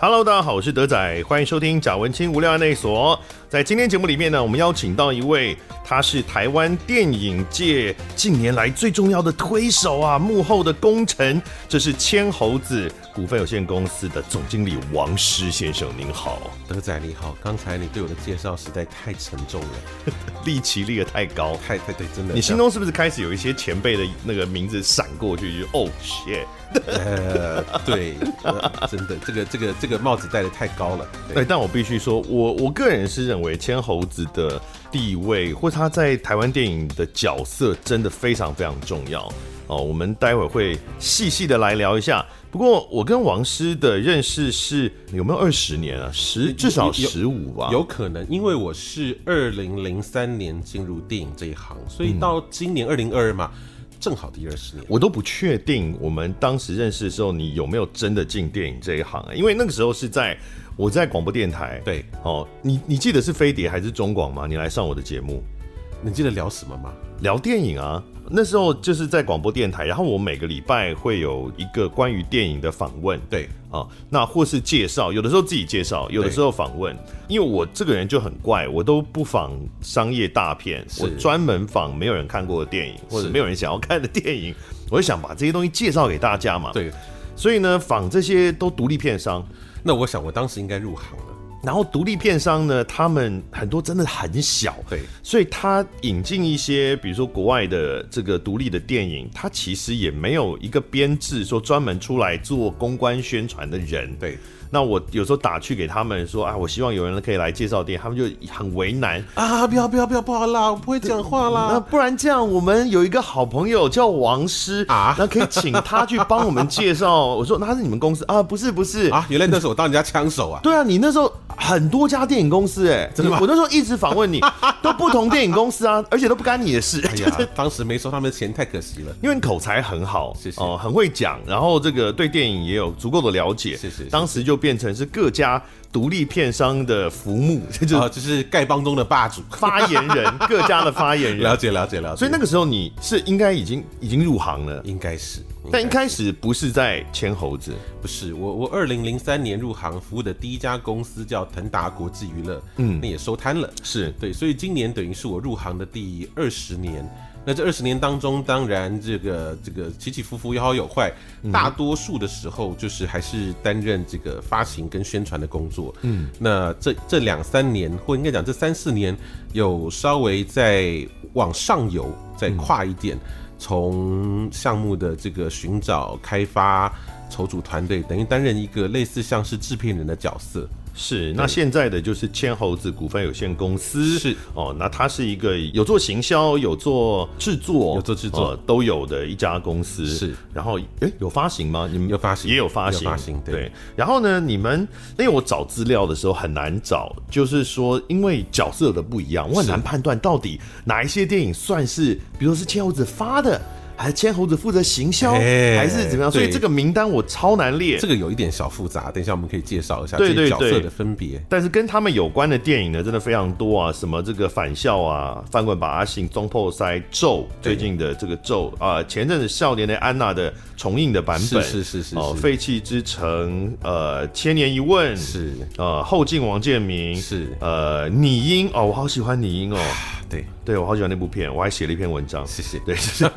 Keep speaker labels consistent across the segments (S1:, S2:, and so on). S1: Hello，大家好，我是德仔，欢迎收听贾文清无料案内所。在今天节目里面呢，我们邀请到一位，他是台湾电影界近年来最重要的推手啊，幕后的功臣，这是千猴子股份有限公司的总经理王师先生，您好，
S2: 德仔你好，刚才你对我的介绍实在太沉重了，
S1: 力气立得太高，
S2: 太太对，真的。
S1: 你心中是不是开始有一些前辈的那个名字闪过去，就是哦 shit，
S2: 呃，对，呃真的，这个这个这个帽子戴的太高了。
S1: 对，，哎但我必须说，我我个人是认为千猴子的地位或他在台湾电影的角色真的非常非常重要哦。我们待会儿会细细的来聊一下。不过我跟王师的认识是有没有二十年啊？十至少
S2: 有
S1: 十五吧。
S2: 有可能，因为我是二零零三年进入电影这一行，所以到今年二零二二嘛，正好第二十年。
S1: 我都不确定我们当时认识的时候，你有没有真的进电影这一行、啊？因为那个时候是在我在广播电台。
S2: 对，
S1: 哦，你你记得是飞碟还是中广吗？你来上我的节目。
S2: 你记得聊什么吗？
S1: 聊电影啊。那时候就是在广播电台，然后我每个礼拜会有一个关于电影的访问，
S2: 对，
S1: 啊，那或是介绍，有的时候自己介绍，有的时候访问。因为我这个人就很怪，我都不仿商业大片，
S2: 是
S1: 我专门仿没有人看过的电影，或者
S2: 是
S1: 没有人想要看的电影，我就想把这些东西介绍给大家嘛。，
S2: 对。
S1: 所以呢，仿这些都独立片商，
S2: 那我想我当时应该入行了。
S1: 然后独立片商呢，他们很多真的很小，
S2: 对，
S1: 所以他引进一些，比如说国外的这个独立的电影，他其实也没有一个编制说专门出来做公关宣传的人。
S2: 对，
S1: 那我有时候打去给他们说啊，我希望有人可以来介绍电影，他们就很为难。
S2: 啊，不要不要不要，不好啦，我不会讲话
S1: 那
S2: 啦。
S1: 不然这样，我们有一个好朋友叫王师
S2: 啊
S1: 那可以请他去帮我们介绍。我说那他是你们公司啊？不是不是
S2: 啊，原来那时候我当人家枪手啊。
S1: 对啊，你那时候很多家电影公司哎、真
S2: 的吗
S1: 我那时候一直访问你，都不同电影公司啊，而且都不干你的事，
S2: 哎呀，当时没收他们的钱太可惜了。
S1: 因为你口才很好，
S2: 谢谢
S1: 哦、很会讲，然后这个对电影也有足够的了解，
S2: 谢谢
S1: 当时就变成是各家独立片商的浮木， 就是
S2: 啊，就是丐帮中的 霸主。
S1: 发言人， 各家的发言
S2: 了
S1: 人。
S2: 解了解了解。
S1: 所以那个时候你是应该已经已经入行了，
S2: 应该是，
S1: 但一开始不是在牵猴子，
S2: 不是我，我二零零三年入行，服务的第一家公司叫腾达国际娱乐，嗯，那也收摊了，
S1: 是
S2: 对，所以今年等于是我入行的第二十年。那这二十年当中，当然这个这个起起伏伏，有好有坏，大多数的时候就是还是担任这个发行跟宣传的工作。嗯，那这这两三年，或应该讲这三四年，有稍微在往上游再跨一点，从项目的这个寻找、开发、筹组团队，等于担任一个类似像是制片人的角色。
S1: 是，那现在的就是千猴子股份有限公司
S2: 是
S1: 哦，那它是一个有做行销、有做制作、哦
S2: 有做制作
S1: 都有的一家公司。
S2: 是，
S1: 然后诶有发行吗？你们
S2: 有发行
S1: 也有发行，
S2: 有发行对
S1: 然后呢，你们因为我找资料的时候很难找，就是说因为角色的不一样，我很难判断到底哪一些电影算是，比如说是千猴子发的。还是千猴子负责行销，
S2: 哎
S1: 还是怎么样？所以
S2: 对
S1: 这个名单我超难列。
S2: 这个有一点小复杂，等一下我们可以介绍一下
S1: 对
S2: 这些
S1: 对
S2: 角色
S1: 对
S2: 的分别。
S1: 但是跟他们有关的电影呢，真的非常多啊，什么这个返校啊、翻滚吧阿信、中破塞、咒，最
S2: 对
S1: 近的这个咒啊、呃前阵子少年的安娜的重映的版
S2: 是
S1: 本，
S2: 是是是
S1: 哦，
S2: 是
S1: 废弃之城，呃，千年一问，
S2: 是
S1: 呃，后进王建民，
S2: 是啊
S1: 呃，拟音哦，我好喜欢拟音哦，
S2: 对，
S1: 对我好喜欢那部片，我还写了一篇文章，
S2: 谢谢。
S1: 对，就是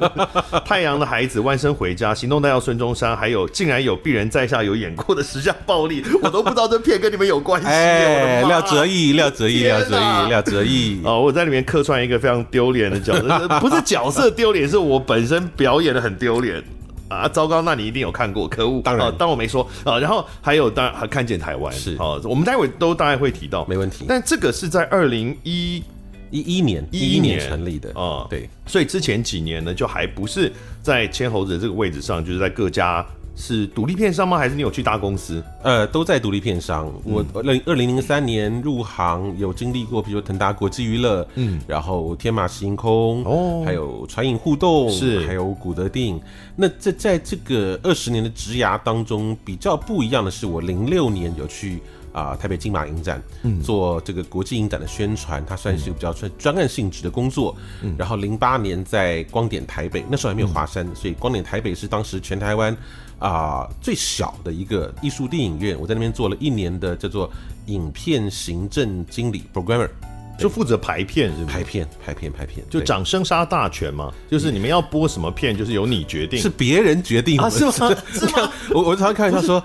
S1: 《太阳的孩子》《万生回家》《行动代号孙中山》，还有竟然有鄙人在下有演过的《时下暴力》，我都不知道这片跟你们有关系。
S2: 哎，
S1: 我的妈
S2: 廖哲义，廖哲义，
S1: 天哪
S2: 廖哲义，廖哲义，
S1: 哦，我在里面客串一个非常丢脸的角色，不是角色丢脸，是我本身表演的很丢脸。啊，糟糕！那你一定有看过，可恶！
S2: 当然
S1: 啊当我没说啊。然后还有，当然还看见台湾
S2: 是
S1: 啊，我们待会都大概会提到。
S2: 没问题。
S1: 但这个是在二零一
S2: 一一年，
S1: 11
S2: 一年
S1: 年
S2: 成立的
S1: 哦
S2: 对，
S1: 所以之前几年呢，就还不是在千猴子这个位置上，就是在各家是独立片商吗？还是你有去大公司？
S2: 呃，都在独立片商。
S1: 嗯
S2: 我二零二零零三年入行，有经历过，比如腾达国际娱乐，嗯，然后天马行空，
S1: 哦
S2: 还有传影互动，
S1: 是
S2: 还有古德电影。那这在这个二十年的职涯当中，比较不一样的是，我零六年有去啊、台北金马影展，
S1: 嗯
S2: 做这个国际影展的宣传，它算是比较专专案性质的工作。
S1: 嗯
S2: 然后零八年在光点台北，那时候还没有华山，所以光点台北是当时全台湾啊、最小的一个艺术电影院。我在那边做了一年的叫做影片行政经理 programmer
S1: 就负责排片是不
S2: 拍
S1: 是？
S2: 片拍片拍片，
S1: 嗯就
S2: 对
S1: 掌声杀大权嘛，就是你们要播什么片，就是由你决定。
S2: 是别人决定
S1: 啊
S2: 我们
S1: 是吗
S2: 是吗？我我常常开玩笑说，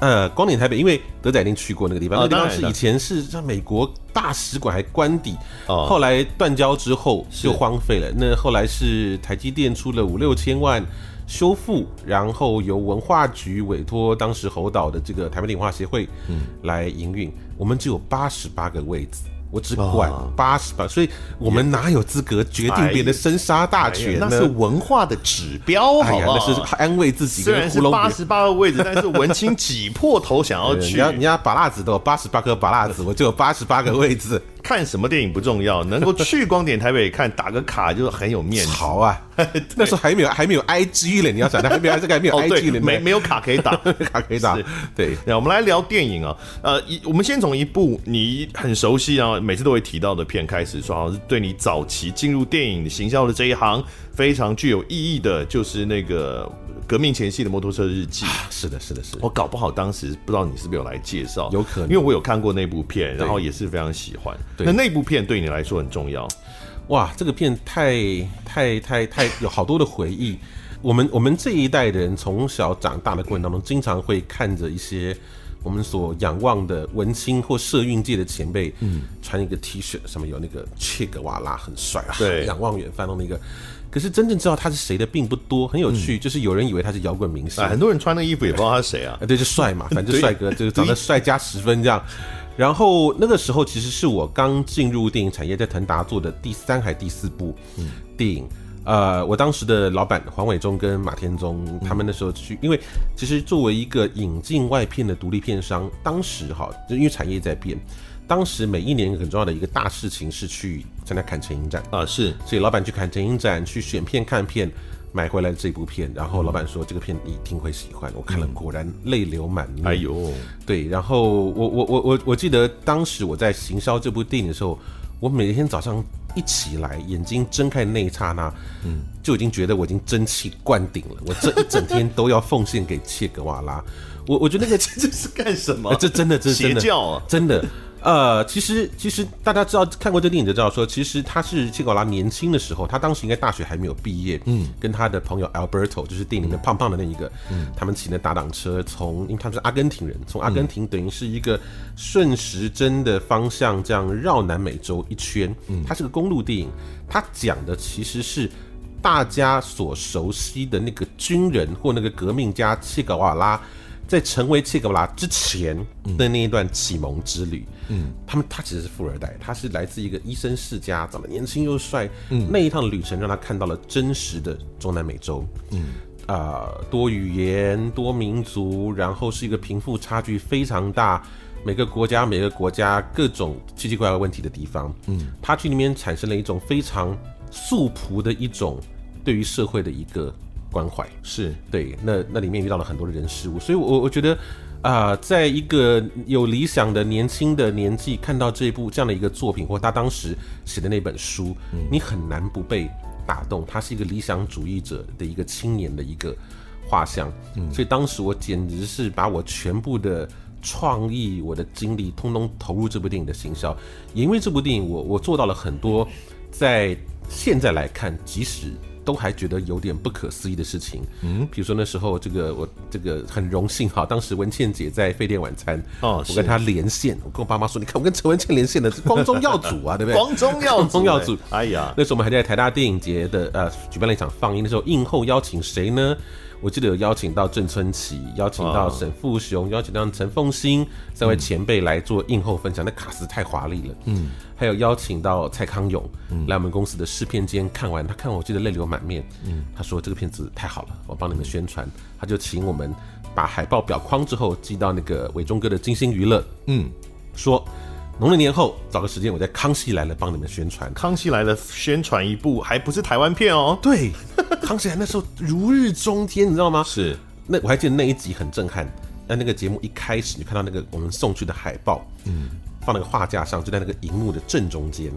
S2: 呃，光点台北，因为德仔已经去过那个地方，
S1: 啊
S2: 那个地
S1: 当
S2: 方
S1: 然
S2: 是
S1: 的
S2: 以前是像美国大使馆还关底，
S1: 哦
S2: 后来断交之后就荒废了。那后来是台积电出了五六千万。修复，然后由文化局委托当时侯导的这个台湾电影文化协会，
S1: 嗯
S2: 来营运。我们只有八十八个位子，我只管八十八，所以我们哪有资格决定别人的生杀大
S1: 哎哦呀
S2: 权呢？
S1: 那是文化的指标，
S2: 哎
S1: 好
S2: 呀，
S1: 不
S2: 那
S1: 好？
S2: 是安慰自己，
S1: 虽然
S2: 跟
S1: 是
S2: 糊弄别
S1: 八
S2: 人
S1: 十八个 位置，但是文青挤破头想要
S2: 对
S1: 去。
S2: 你要你要把辣子都有八十八颗把辣子，我就有八十八个 位置，
S1: 看什么电影不重要，能够去光点台北看，打个卡就很有 面子。
S2: 潮啊！那时候还没有还没有 IG 嘞，你要想，那还没有这个还没 有
S1: 哦，对
S2: IG 嘞，，
S1: 没没有卡可 以打。
S2: 卡可以打
S1: 是，
S2: 对。
S1: 那我们来聊电影啊，呃，一我们先从一部你很熟悉啊，每次都会提到的片开始说，好像是对你早期进入电影行销的这一行非常具有意义的，就是那个革命前夕的摩托车日记。
S2: 是的，是的，是的
S1: 我搞不好当时不知道你是不是有来介绍，
S2: 有可能
S1: 因为我有看过那部片，然后也是非常喜欢。
S2: 对
S1: 那那部片对你来说很重要，
S2: 哇，这个片太太太太有好多的回忆。我们我们这一代的人从小长大的过程当中，经常会看着一些我们所仰望的文青或社运界的前辈，嗯，穿一个 T 恤，上面有那个切格瓦拉，很帅啊，
S1: 对
S2: 仰望远方的那个。可是真正知道他是谁的并不多，很有趣，就是有人以为他是摇滚明星
S1: 啊，，很多人穿那个衣服也不知道他是谁啊。
S2: 啊，对，就帅嘛，反正就帅哥，就是长得帅加十分这样。然后那个时候其实是我刚进入电影产业，在腾达做的第三还第四部电影。呃，我当时的老板黄伟忠跟马天宗，他们那时候去，因为其实作为一个引进外片的独立片商，当时哈，就因为产业在变，当时每一年很重要的一个大事情是去参加坎城影展。
S1: 啊，是
S2: 所以老板去看电影展，去选片看片，买回来这部片，然后老板说这个片你一定会喜欢，我看了果然泪流满面。
S1: 哎 呦，
S2: 对，然后我我我我我记得当时我在行销这部电影的时候，我每天早上一起来，眼睛睁开的那一刹那，嗯，就已经觉得我已经蒸汽灌顶了，我这一整天都要奉献给切格瓦拉。我我觉得那个
S1: 哎这是干什么
S2: 呃这真的，这是真的，
S1: 邪教啊
S2: 真的。呃，其实其实大家知道看过这电影就知道说，其实他是切格瓦拉年轻的时候，他当时应该大学还没有毕业，嗯，跟他的朋友 Alberto，就是电影里面胖胖的那一个，嗯，他们骑的打挡车从，因为他们是阿根廷人，从阿根廷等于是一个顺时针的方向这样绕南美洲一圈，嗯，它是个公路电影，它讲的其实是大家所熟悉的那个军人或那个革命家切格瓦拉，在成为切格瓦拉之前的那一段启蒙之旅，嗯，他们他其实是富二代，他是来自一个医生世家，长得年轻又帅，嗯，那一趟旅程让他看到了真实的中南美洲，嗯。呃，多语言、多民族，然后是一个贫富差距非常大，每个国家每个国家各种奇奇怪怪问题的地方。嗯，他去那边产生了一种非常素朴的一种对于社会的一个关怀。
S1: 是
S2: 对，那那里面遇到了很多的人事物，所以我我我觉得。啊、在一个有理想的年轻的年纪，看到这部这样的一个作品，或他当时写的那本书，你很难不被打动。他是一个理想主义者的一个青年的一个画像，
S1: 嗯
S2: 所以当时我简直是把我全部的创意、我的精力，通通投入这部电影的行销。也因为这部电影我，我做到了很多在现在来看，即使都还觉得有点不可思议的事情。嗯，比如说那时候这个我这个很荣幸哈，当时文倩姐在费店晚餐，
S1: 哦
S2: 我
S1: 是
S2: 跟她连线，我跟我爸妈说，你看我跟陈文倩连线的，光宗耀祖啊，对不 对？
S1: 光宗耀祖，
S2: 光宗耀祖
S1: 哎呀，
S2: 那时候我们还在台大电影节的呃举办了一场放映，那时候映后邀请谁呢？我记得有邀请到郑春琪，邀请到沈富雄，邀请到陈凤新三位前辈来做映后分享，那卡斯太华丽了。嗯，还有邀请到蔡康永来我们公司的试片间看完，他看完我记得泪流满面。嗯，他说这个片子太好了，我帮你们宣传，他就请我们把海报裱框之后寄到那个伟忠哥的金星娱乐。嗯，说农历年后找个时间我在康熙来了帮你们宣传。
S1: 康熙来了宣传一部，还不是台湾片哦，
S2: 对，康熙来那时候如日中天，你知道吗？
S1: 是
S2: 那我还记得那一集很震撼，那那个节目一开始，你看到那个我们送去的海报，嗯，放那个画架上，就在那个荧幕的正中间。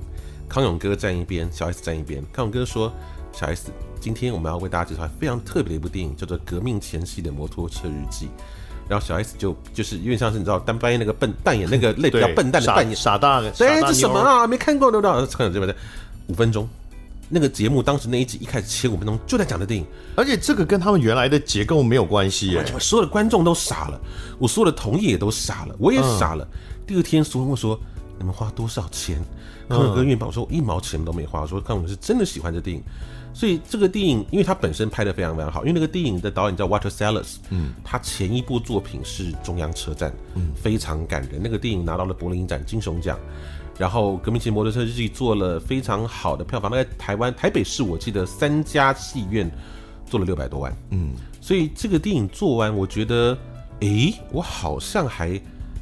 S2: 康永哥站一边，小 S 站一边。康永哥说：“小 S，今天我们要为大家介绍非常特别的一部电影，叫做《革命前夕的摩托车日记》。”然后小 S 就就是因为像是你知道，单扮演那个笨扮演 那个类比较
S1: 对
S2: 笨蛋的
S1: 傻
S2: 扮演，
S1: 傻大，
S2: 哎，
S1: 傻大
S2: 这什
S1: 妞
S2: 么啊？没看过对不对？康永这边的五分钟，那个节目当时那一集一开始切五分钟就在讲这电影，
S1: 而且这个跟他们原来的结构没有关系耶。
S2: 所有的观众都傻了，我所有的同业也都傻了，我也傻了。第二天，所有人问说：“你们花多少钱？”康永哥愿意把我说：“我一毛钱都没花。”我说：“康永是真的喜欢这电影。”所以这个电影，因为它本身拍的非常非常好，因为那个电影的导演叫 Water Sellers，嗯，他前一部作品是《中央车站》，嗯，非常感人。那个电影拿到了柏林影展金熊奖，然后《革命前摩托车日记》做了非常好的票房，大概台湾台北市我记得三家戏院做了六百多万，嗯，所以这个电影做完，我觉得，诶，我好像还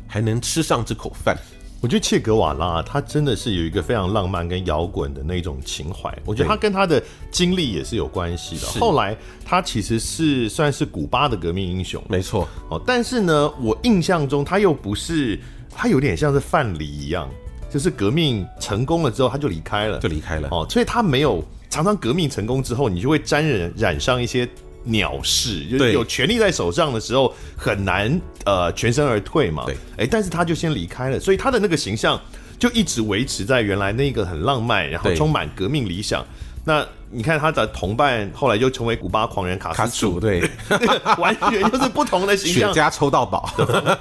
S2: 还能吃上这口饭，
S1: 我觉得切格瓦拉他真的是有一个非常浪漫跟摇滚的那种情怀，我觉得
S2: 对
S1: 他跟他的经历也是有关系的。
S2: 是
S1: 后来他其实是算是古巴的革命英雄
S2: 没错，
S1: 哦，但是呢，我印象中他又不是，他有点像是范蠡一样，就是革命成功了之后他就离开了
S2: 就，离开了。
S1: 哦，所以他没有常常革命成功之后，你就会沾染染上一些鸟事，就是
S2: 对
S1: 有权力在手上的时候很难呃全身而退嘛。
S2: 对
S1: 哎、但是他就先离开了，所以他的那个形象就一直维持在原来那个很浪漫，然后
S2: 对
S1: 充满革命理想。那你看他的同伴后来就成为古巴狂人卡
S2: 卡
S1: 斯楚
S2: 楚，对，
S1: 完全就是不同的形
S2: 雪
S1: 象。
S2: 茄抽到宝，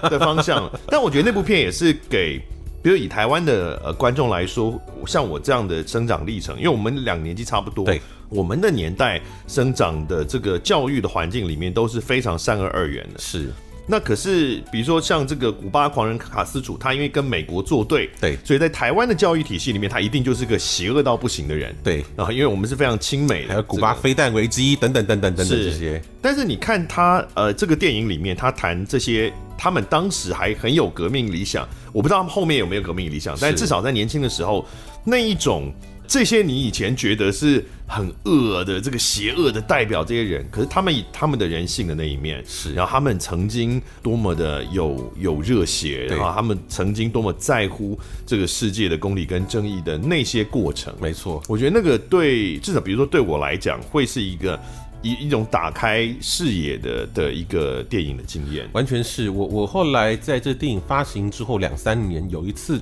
S1: 的方向 了。但我觉得那部片也是给，比如以台湾的呃观众来说，像我这样的生长历程，因为我们两个年纪差不多，
S2: 对，
S1: 我们的年代生长的这个教育的环境里面都是非常善恶二元的。
S2: 是
S1: 那可是，比如说像这个古巴狂人卡斯楚，他因为跟美国作对，
S2: 对
S1: 所以在台湾的教育体系里面，他一定就是个邪恶到不行的人。
S2: 对，
S1: 啊，因为我们是非常亲美的，
S2: 还有古巴
S1: 这个
S2: 飞弹危机等等等等等等
S1: 是
S2: 这些，
S1: 但是你看他呃，这个电影里面他谈这些，他们当时还很有革命理想，我不知道他们后面有没有革命理想，但至少在年轻的时候，那一种这些你以前觉得是很恶的这个邪恶的代表这些人，可是他们以他们的人性的那一面
S2: 是
S1: 然后他们曾经多么的有有热血，
S2: 对
S1: 然后他们曾经多么在乎这个世界的公理跟正义的那些过程。
S2: 没错，
S1: 我觉得那个对，至少比如说对我来讲，会是一个一一种打开视野的的一个电影的经验。
S2: 完全是我。我后来在这电影发行之后两三年，有一次，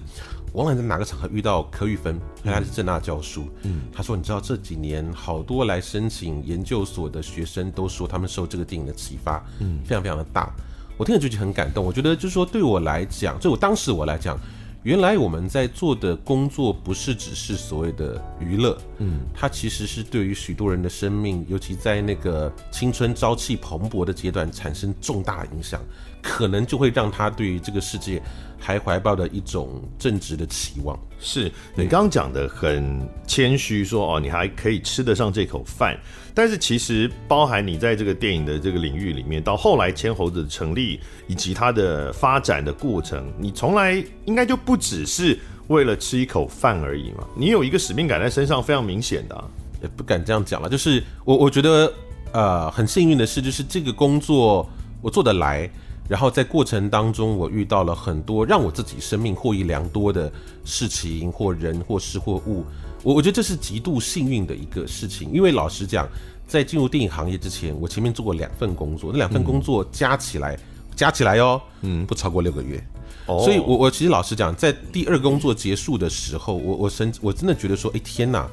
S2: 我忘了在哪个场合遇到柯玉芬，因为他是正大教授，嗯，他说你知道这几年好多来申请研究所的学生都说他们受这个电影的启发，嗯，非常非常的大。我听了就觉得很感动。我觉得就是说，对我来讲，对我当时我来讲，原来我们在做的工作不是只是所谓的娱乐，嗯，它其实是对于许多人的生命，尤其在那个青春朝气蓬勃的阶段产生重大影响，可能就会让他对于这个世界还怀抱着一种正直的期望。
S1: 是你刚刚讲的很谦虚，说哦，你还可以吃得上这口饭，但是其实包含你在这个电影的这个领域里面，到后来千猴子的成立以及它的发展的过程，你从来应该就不只是为了吃一口饭而已嘛，你有一个使命感在身上非常明显的啊、
S2: 也不敢这样讲了，就是我我觉得呃很幸运的是，就是这个工作我做得来，然后在过程当中我遇到了很多让我自己生命获益良多的事情或人或事或物，我我觉得这是极度幸运的一个事情，因为老实讲，在进入电影行业之前，我前面做过两份工作，那两份工作加起来、加起来哦，嗯，不超过六个月。
S1: 哦
S2: 所以我我其实老实讲，在第二工作结束的时候，我我甚我真的觉得说，哎、天哪，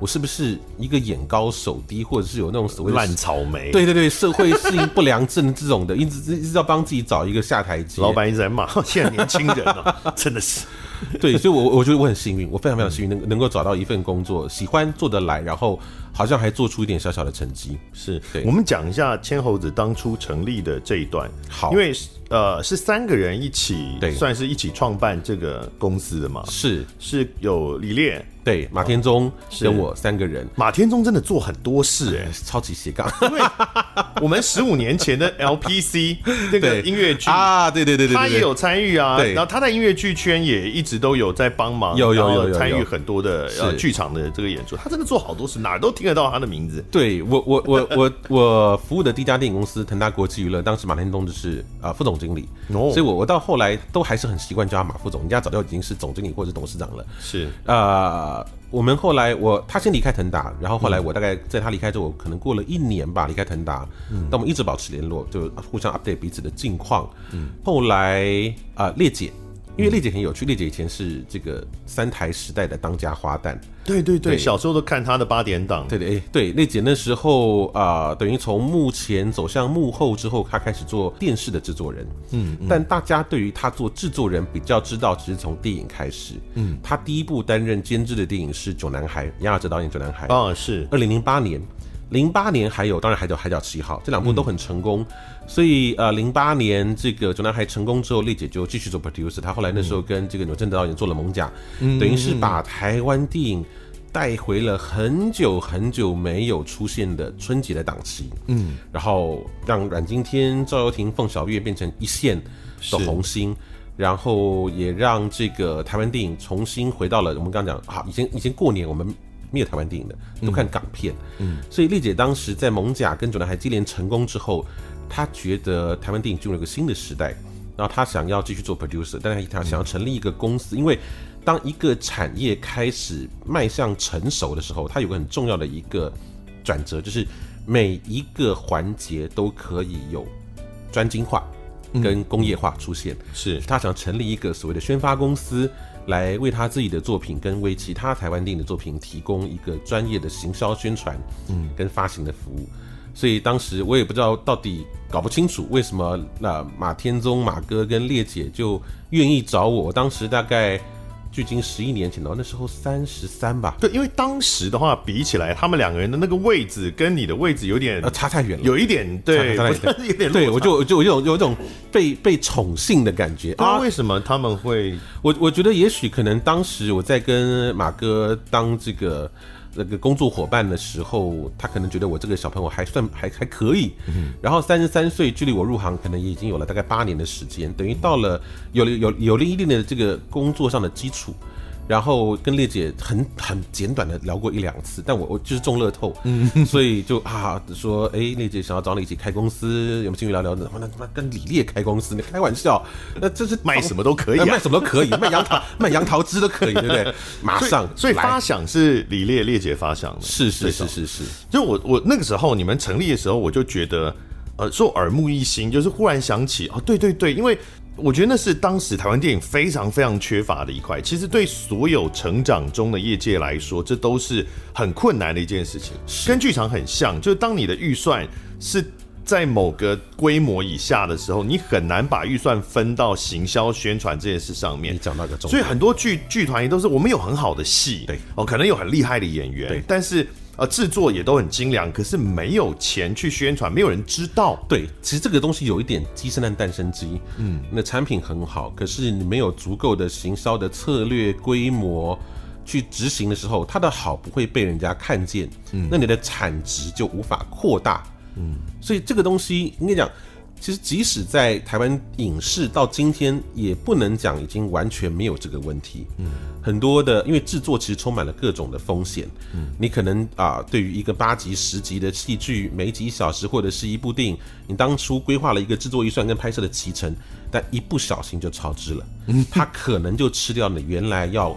S2: 我是不是一个眼高手低，或者是有那种所谓的
S1: 烂草莓，，
S2: 对对对，社会适应不良症这种的，一直一直要帮自己找一个下台阶。
S1: 老板一直在 骂现在年轻人啊， 真的是。
S2: 对，所以我，我我觉得我很幸运，我非常非常幸运，能能够找到一份工作，喜欢做得来，然后好像还做出一点小小的成绩。
S1: 是
S2: 对
S1: 我们讲一下千猴子当初成立的这一段，
S2: 好
S1: 因为呃是三个人一起，
S2: 对
S1: 算是一起创办这个公司的嘛，
S2: 是
S1: 是有李烈、
S2: 对，马天宗跟我三个人，
S1: 马天宗真的做很多事 哎、
S2: 超级 斜杠
S1: 我们十五年前的 LPC 那个
S2: 对
S1: 音乐剧。
S2: 啊，对对对对对，
S1: 他也
S2: 对
S1: 有参与啊，
S2: 对
S1: 然后他在音乐剧圈也一直都有在帮忙，
S2: 有有
S1: 然后
S2: 有有有
S1: 参与很多的呃
S2: 是
S1: 剧场的这个演出，他真的做好多事，哪儿都挺得到他的名字。
S2: 对我我我我我服务的第一家电影公司腾达国际娱乐，当时马天东就是啊、呃副总经理，
S1: 哦
S2: 所以我我到后来都还是很习惯叫他马副总，人家早就已经是总经理或者是董事长了。
S1: 是
S2: 呃，我们后来我他先离开腾达，然后后来我大概在他离开之后，可能过了一年吧，离开腾达，但我们一直保持联络，就互相 update 彼此的近况。后来啊、呃烈姐，因为烈姐很有趣，烈姐以前是这个三台时代的当家花旦，
S1: 对对对，
S2: 对
S1: 小时候都看他的八点档。
S2: 对对哎对，那姐那时候啊、呃等于从幕前走向幕后之后，她开始做电视的制作人。嗯，但大家对于她做制作人比较知道，其实从电影开始。嗯，她第一部担任监制的电影是《囧男孩》，杨雅哲导演《囧男孩》。
S1: 啊，是
S2: 二零零八年，零八年还有当然还有《海角七号》，这两部都很成功，所以呃，零八年这个《九男孩》成功之后，丽姐就继续做 producer，她后来那时候跟这个钮正德导演做了《猛甲》等于是把台湾电影。带回了很久很久没有出现的春节的档期，嗯，然后让阮经天、赵又廷、凤小岳变成一线的红星，然后也让这个台湾电影重新回到了我们刚刚讲啊，以前以前过年我们没有台湾电影的，都看港片，嗯，所以丽姐当时在蒙甲跟九男孩接连成功之后，她觉得台湾电影进入了一个新的时代，然后她想要继续做 producer，但是她想要成立一个公司，因为当一个产业开始迈向成熟的时候，它有个很重要的一个转折，就是每一个环节都可以有专精化跟工业化出现。
S1: 是，
S2: 他想成立一个所谓的宣发公司，来为他自己的作品跟为其他台湾电影的作品提供一个专业的行销宣传，嗯，跟发行的服务。所以当时我也不知道到底搞不清楚为什么那、呃马天宗马哥跟烈姐就愿意找我。我当时大概距今十一年前了，那时候三十三吧，
S1: 对，因为当时的话比起来，他们两个人的那个位置跟你的位置有点
S2: 呃，差太远了。
S1: 有一点对，
S2: 差
S1: 不
S2: 太
S1: 是
S2: 差
S1: 有点
S2: 对，
S1: 落
S2: 我
S1: 差
S2: 就我就我有有一种被被宠幸的感觉啊
S1: 那为什么他们会
S2: 我我觉得也许可能当时我在跟马哥当这个那个工作伙伴的时候，他可能觉得我这个小朋友还算还还可以，然后三十三岁距离我入行可能也已经有了大概八年的时间，等于到了有了有有了一定的这个工作上的基础。然后跟烈姐很很简短的聊过一两次，但我我就是中乐透，嗯，所以就啊说，哎，烈姐想要找你一起开公司，有没有兴趣聊聊？然后那他妈跟李烈开公司，你开玩笑，那这是
S1: 卖什么都可以
S2: 呃
S1: 啊
S2: 卖？什么都可以，卖杨桃 卖杨桃汁都可以，对不 对？呃马
S1: 所以
S2: 上
S1: 所以
S2: 来
S1: 发想是李烈烈姐发想的，
S2: 是是
S1: 最早
S2: 是是是，
S1: 就我我那个时候你们成立的时候，我就觉得，呃，说耳目一新，就是忽然想起哦，对对对，因为我觉得那是当时台湾电影非常非常缺乏的一块。其实对所有成长中的业界来说，这都是很困难的一件事情，跟剧场很像，就是当你的预算是。在某个规模以下的时候，你很难把预算分到行销宣传这件事上面
S2: 你。讲到一个重
S1: 所以
S2: 点，
S1: 很多剧剧团也都是我们有很好的戏，
S2: 对
S1: 哦，可能有很厉害的演员
S2: 对，
S1: 但是呃制作也都很精良，可是没有钱去宣传，没有人知道。
S2: 对，其实这个东西有一点鸡生蛋，蛋生鸡，嗯，那产品很好，可是你没有足够的行销的策略规模。去执行的时候，它的好不会被人家看见，嗯，那你的产值就无法扩大，嗯，所以这个东西应该讲，其实即使在台湾影视到今天，也不能讲已经完全没有这个问题。嗯，很多的，因为制作其实充满了各种的风险。嗯，你可能啊、对于一个八集、十集的戏剧，每一集一小时或者是一部电影，你当初规划了一个制作预算跟拍摄的期程，但一不小心就超支了。嗯，它可能就吃掉你原来要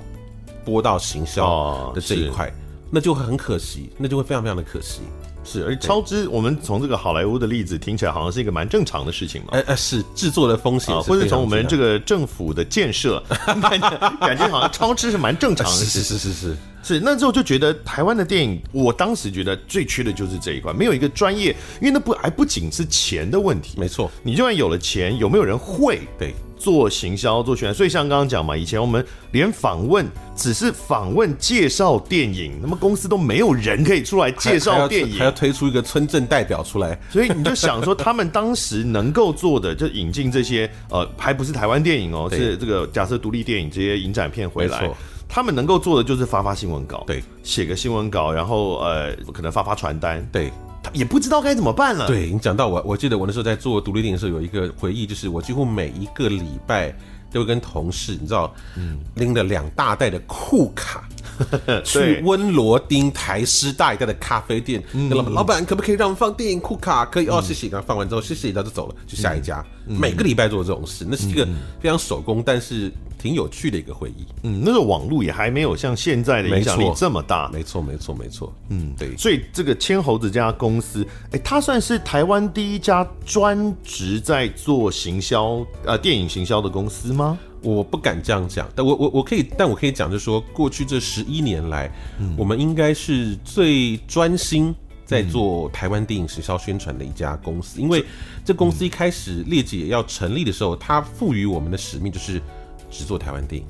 S2: 播到行
S1: 哦
S2: 销的这一
S1: 是
S2: 块，那就会很可惜，那就会非常非常的可惜。
S1: 是，而超支，我们从这个好莱坞的例子听起来好像是一个蛮正常的事情嘛。
S2: 呃呃，是制作的风险
S1: 啊，
S2: 是
S1: 或者
S2: 非常
S1: 从我们
S2: 非常
S1: 这个政府的建 设，感觉感觉好像超支是蛮正常的
S2: 啊是
S1: 事
S2: 是
S1: 情。
S2: 是是是，
S1: 是，那之后就觉得台湾的电影，我当时觉得最缺的就是这一块，没有一个专业，因为那不还不仅是钱的问题，
S2: 没错，
S1: 你就算有了钱，有没有人会？
S2: 对，
S1: 做行销、做宣传。所以像刚刚讲嘛，以前我们连访问只是访问介绍电影，那么公司都没有人可以出来介
S2: 还还
S1: 绍
S2: 要
S1: 电
S2: 还要
S1: 影。
S2: 推出一个村镇代表出来，
S1: 所以你就想说，他们当时能够做的，就引进这些呃，还不是台湾电影哦，
S2: 对
S1: 是这个假设独立电影这些影展片回来
S2: 没错，
S1: 他们能够做的就是发发新闻稿，
S2: 对
S1: 写个新闻稿，然后呃，可能发发传单，
S2: 对，
S1: 他也不知道该怎么办了。，
S2: 对你讲到我，我记得我那时候在做独立电影的时候，有一个回忆，就是我几乎每一个礼拜都会跟同事，你知道，拎了两大袋的库卡。 去温罗丁台师大一带的咖啡店，跟老板，老板可不可以让我们放电影库卡？可以哦，谢谢。然后放完之后，谢谢，然后就走了，去下一家。每个礼拜做这种事，那是一个非常手工，但是挺有趣的一个回忆。
S1: 嗯，那个网络也还没有像现在的影响力
S2: 没错
S1: 这么大。
S2: 没错，没错，没错。嗯，对。
S1: 所以这个千猴子这家公司，哎、它算是台湾第一家专职在做行销，呃，电影行销的公司吗？
S2: 我不敢这样讲，但我我我可以，但我可以讲，就是说，过去这十一年来，我们应该是最专心在做台湾电影时效宣传的一家公司，因为这公司一开始列姐要成立的时候，它赋予我们的使命就是只做台湾电影。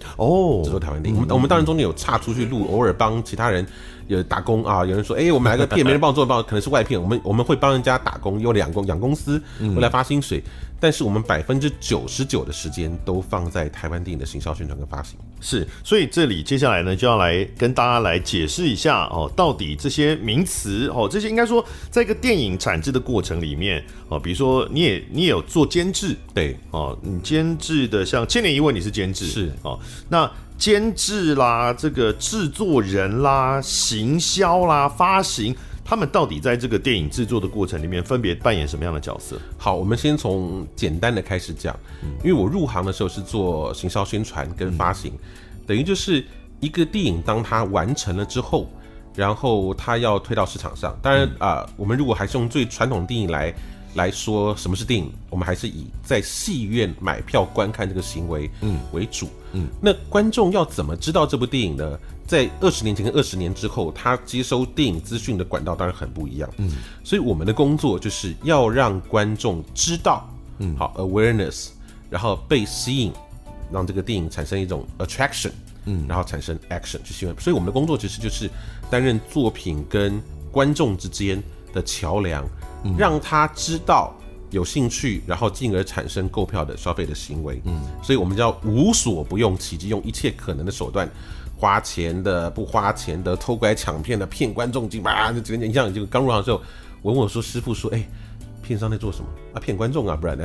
S2: 只
S1: 哦，
S2: 做台湾电影。我们我们当然中间有岔出去录，偶尔帮其他人有打工啊，有人说，哎、我们来个片，没人帮我做，帮我可能是外片，我们我们会帮人家打工，有两公养公司，为来发薪水。但是我们百分之九十九的时间都放在台湾电影的行销宣传跟发行。
S1: 是。所以这里接下来呢，就要来跟大家来解释一下哦，到底这些名词哦，这些应该说，在一个电影产制的过程里面哦，比如说你也你也有做监制
S2: 对，
S1: 哦，你监制的像《千年一问》，你是监制
S2: 是
S1: 哦，那。监制啦，这个制作人啦，行销啦，发行，他们到底在这个电影制作的过程里面分别扮演什么样的角 色？
S2: 好，我们先从简单的开始讲，因为我入行的时候是做行销宣传跟发行，等于就是一个电影当它完成了之后，然后它要推到市场上。当然啊、我们如果还是用最传统电影来来说什么是电影，我们还是以在戏院买票观看这个行为嗯为主。嗯，那观众要怎么知道这部电影呢？在二十年前跟二十年之后，他接收电影资讯的管道当然很不一样。嗯，所以我们的工作就是要让观众知道，嗯，好 awareness，然后被吸引，让这个电影产生一种 attraction，嗯，然后产生 action 去行为。所以我们的工作其实就是担任作品跟观众之间的桥梁，让他知道有兴趣，然后进而产生购票的消费的行为。嗯，所以我们叫无所不用其极，用一切可能的手段。花钱的、不花钱的、偷拐抢骗的、骗观众进吧，就这个你像你这个刚入行的时候，我问我说师傅说，哎、片商在做什么啊？骗观众啊，不然呢？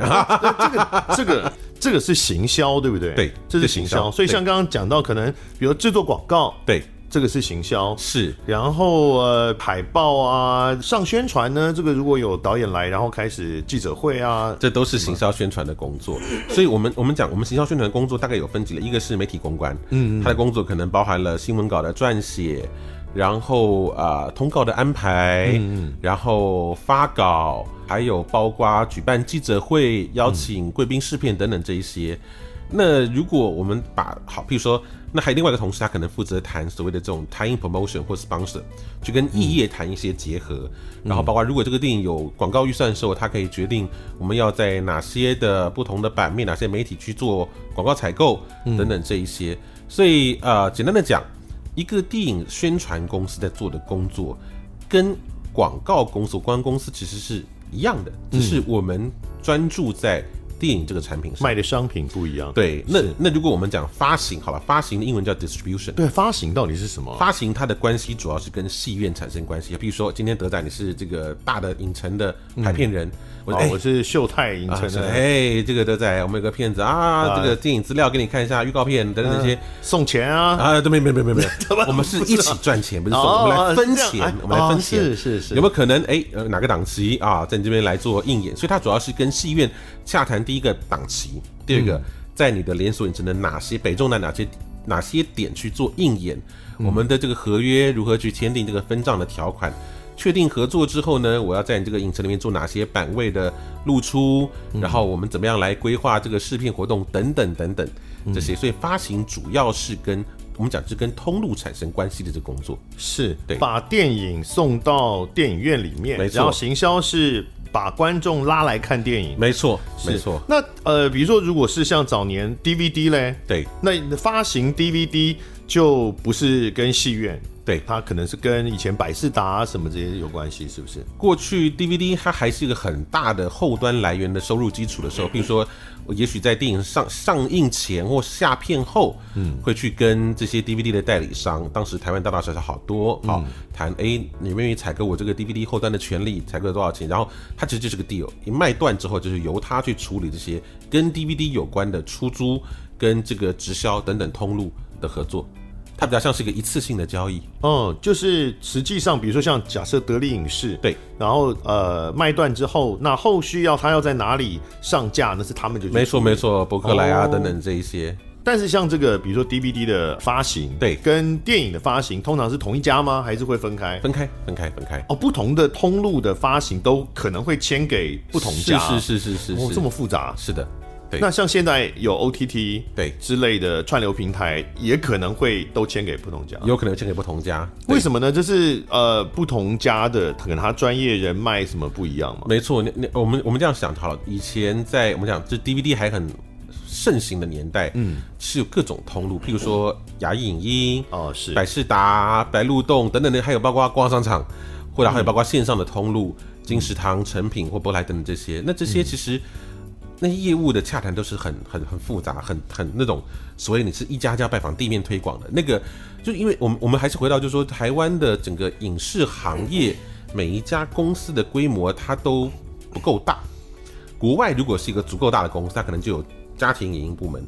S1: 这个这个这个是行销，对不对？
S2: 对
S1: 这是
S2: 这
S1: 行
S2: 行
S1: 销。
S2: 销
S1: 所以像刚刚讲到，可能比如制作广告，
S2: 对，
S1: 这个是行销。
S2: 是
S1: 然后呃，海报啊，上宣传呢，这个如果有导演来，然后开始记者会啊，
S2: 这都是行销宣传的工作。所以我们我们讲，我们行销宣传的工作大概有分几类，一个是媒体公关，嗯，他的工作可能包含了新闻稿的撰写，然后啊、呃通告的安排，嗯，然后发稿，还有包括举办记者会、邀请贵宾试片等等这一些。那如果我们把好，譬如说，那还有另外一个同事，他可能负责谈所谓的这种 tie-in promotion 或 sponsor，去跟异业谈一些结合，然后包括如果这个电影有广告预算的时候，他可以决定我们要在哪些的不同的版面、哪些媒体去做广告采购等等这一些。所以呃，简单的讲，一个电影宣传公司在做的工作，跟广告公司、公关公司其实是一样的，只是我们专注在电影这个产品上。
S1: 卖的商品不一样。
S2: 对，那那如果我们讲发行，好吧，发行的英文叫 distribution。
S1: 对，发行到底是什么？
S2: 发行它的关系主要是跟戏院产生关系，比如说今天德仔你是这个大的影城的排片人，我
S1: 哦
S2: 哎
S1: 我是秀泰影
S2: 啊
S1: 城
S2: 是
S1: 的，
S2: 哎这个德仔我们有个片子啊，这个电影资料给你看一下，预告片等等这些
S1: 送钱啊，
S2: 啊，对没没没 没没，我们是一起赚钱，不啊是送，
S1: 哦
S2: 我们来分
S1: 这样哎
S2: 钱，我们来分
S1: 哦
S2: 钱，
S1: 是是是
S2: 有没有可能哎呃哪个档期啊，在你这边来做应演，所以它主要是跟戏院洽谈第一个档期，第二个在你的连锁影城的哪些北中南哪些哪些点去做应演，我们的这个合约如何去签订这个分账的条款。确定合作之后呢，我要在你这个影城里面做哪些版位的露出，然后我们怎么样来规划这个试片活动等等等等这些，所以发行主要是跟我们讲是跟通路产生关系的这个工作，
S1: 是
S2: 对
S1: 把电影送到电影院里面
S2: 没，错
S1: 然后行销是把观众拉来看电影。
S2: 没错，
S1: 是
S2: 没错，。
S1: 那呃，比如说，如果是像早年 DVD 嘞，
S2: 对，
S1: 那发行 DVD 就不是跟戏院，
S2: 对
S1: 它可能是跟以前百事达、啊什么这些有关系，是不是？
S2: 过去 DVD 它还是一个很大的后端来源的收入基础的时候，比如说，也许在电影上上映前或下片后，嗯，会去跟这些 DVD 的代理商，当时台湾大大小小好多，好、谈，哎、你愿意采购我这个 DVD 后端的权利，采购多少钱？然后它其实就是个 deal，一卖断之后，就是由他去处理这些跟 DVD 有关的出租、跟这个直销等等通路的合作，它比较像是一个一次性的交易。
S1: 嗯，就是实际上，比如说像假设得力影视，
S2: 对，
S1: 然后呃卖断之后，那后续要他要在哪里上架，那是他们就去
S2: 没
S1: 处
S2: 错
S1: 理
S2: 没。错，伯克莱啊、
S1: 哦
S2: 等等这一些。
S1: 但是像这个，比如说 DVD 的发行，
S2: 对
S1: 跟电影的发行通常是同一家吗？还是会分开？
S2: 分开，分开，分开。
S1: 哦，不同的通路的发行都可能会签给不同家，
S2: 是是是是是，
S1: 哦，这么复杂。
S2: 是的，对
S1: 那像现在有 OTT
S2: 对
S1: 之类的串流平台，也可能会都签给不同家。
S2: 有可能签给不同家。对
S1: 为什么呢？就是呃，不同家的可能他专业人脉什么不一样嘛。
S2: 没错，你你我们我们这样想好了，以前在我们讲这 DVD 还很盛行的年代，嗯，是有各种通路，譬如说雅艺影音、
S1: 哦，是
S2: 百事达、白鹿洞等等的，还有包括逛商场，或者还有包括线上的通路，金石堂、成品或博莱等等这些。那这些其实。那些业务的洽谈都是很很很复杂，很很那种所谓你是一家家拜访地面推广的那个，就因为我们我们还是回到就是说台湾的整个影视行业，每一家公司的规模它都不够大，国外如果是一个足够大的公司，它可能就有家庭影音部门，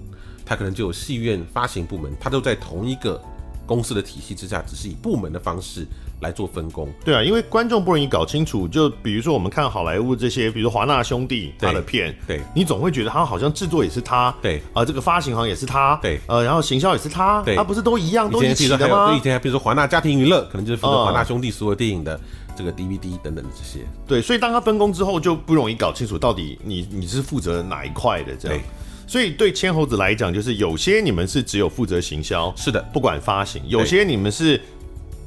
S2: 它可能就有戏院发行部门，它都在同一个公司的体系之下，只是以部门的方式来做分工。
S1: 对啊，因为观众不容易搞清楚。就比如说我们看好莱坞这些，比如说华纳兄弟
S2: 对
S1: 他的片，
S2: 对
S1: 你总会觉得他好像制作也是他，
S2: 对
S1: 啊、这个发行行也是他，
S2: 对
S1: 呃，然后行销也是他，
S2: 对
S1: 他不是都一样
S2: 以
S1: 都一
S2: 前比
S1: 起
S2: 如说还
S1: 的
S2: 有，对
S1: 吗
S2: 以？前还比如说华纳家庭娱乐，可能就是负责
S1: 嗯
S2: 华纳兄弟所有电影的这
S1: 哦
S2: 个 DVD 等等这些。
S1: 对，所以当他分工之后，就不容易搞清楚到底你你是负责哪一块的这样
S2: 对。
S1: 所以对千猴子来讲，就是有些你们是只有负责行销，
S2: 是的，
S1: 不管发行；有些你们是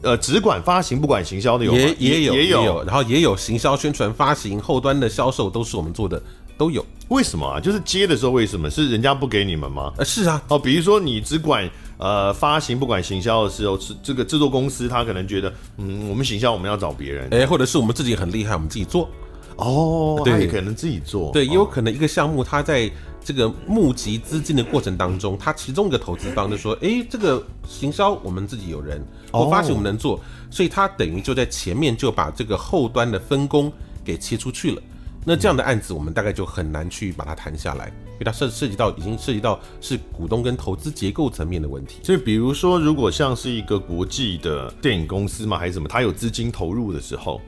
S1: 呃只管发行不管行销的有吗，
S2: 也也有
S1: 也有。
S2: 然后也有行销、宣传、发行、后端的销售都是我们做的，都有。
S1: 为什么啊？就是接的时候为什么是人家不给你们吗？
S2: 呃，是啊，
S1: 哦，比如说你只管呃发行，不管行销的时候，是这个制作公司他可能觉得，嗯，我们行销我们要找别人，
S2: 哎，或者是我们自己很厉害，我们自己做。
S1: 哦，
S2: 对
S1: 他也可能自己做，
S2: 对，
S1: 哦
S2: 也有可能一个项目，它在这个募集资金的过程当中，它其中一个投资方就说：“诶，这个行销我们自己有人，
S1: 哦
S2: 我发现我们能做，所以它等于就在前面就把这个后端的分工给切出去了。那这样的案子，我们大概就很难去把它谈下来，因为它涉涉及到已经涉及到是股东跟投资结构层面的问题。
S1: 所以，比如说，如果像是一个国际的电影公司嘛，还是什么，它有资金投入的时候，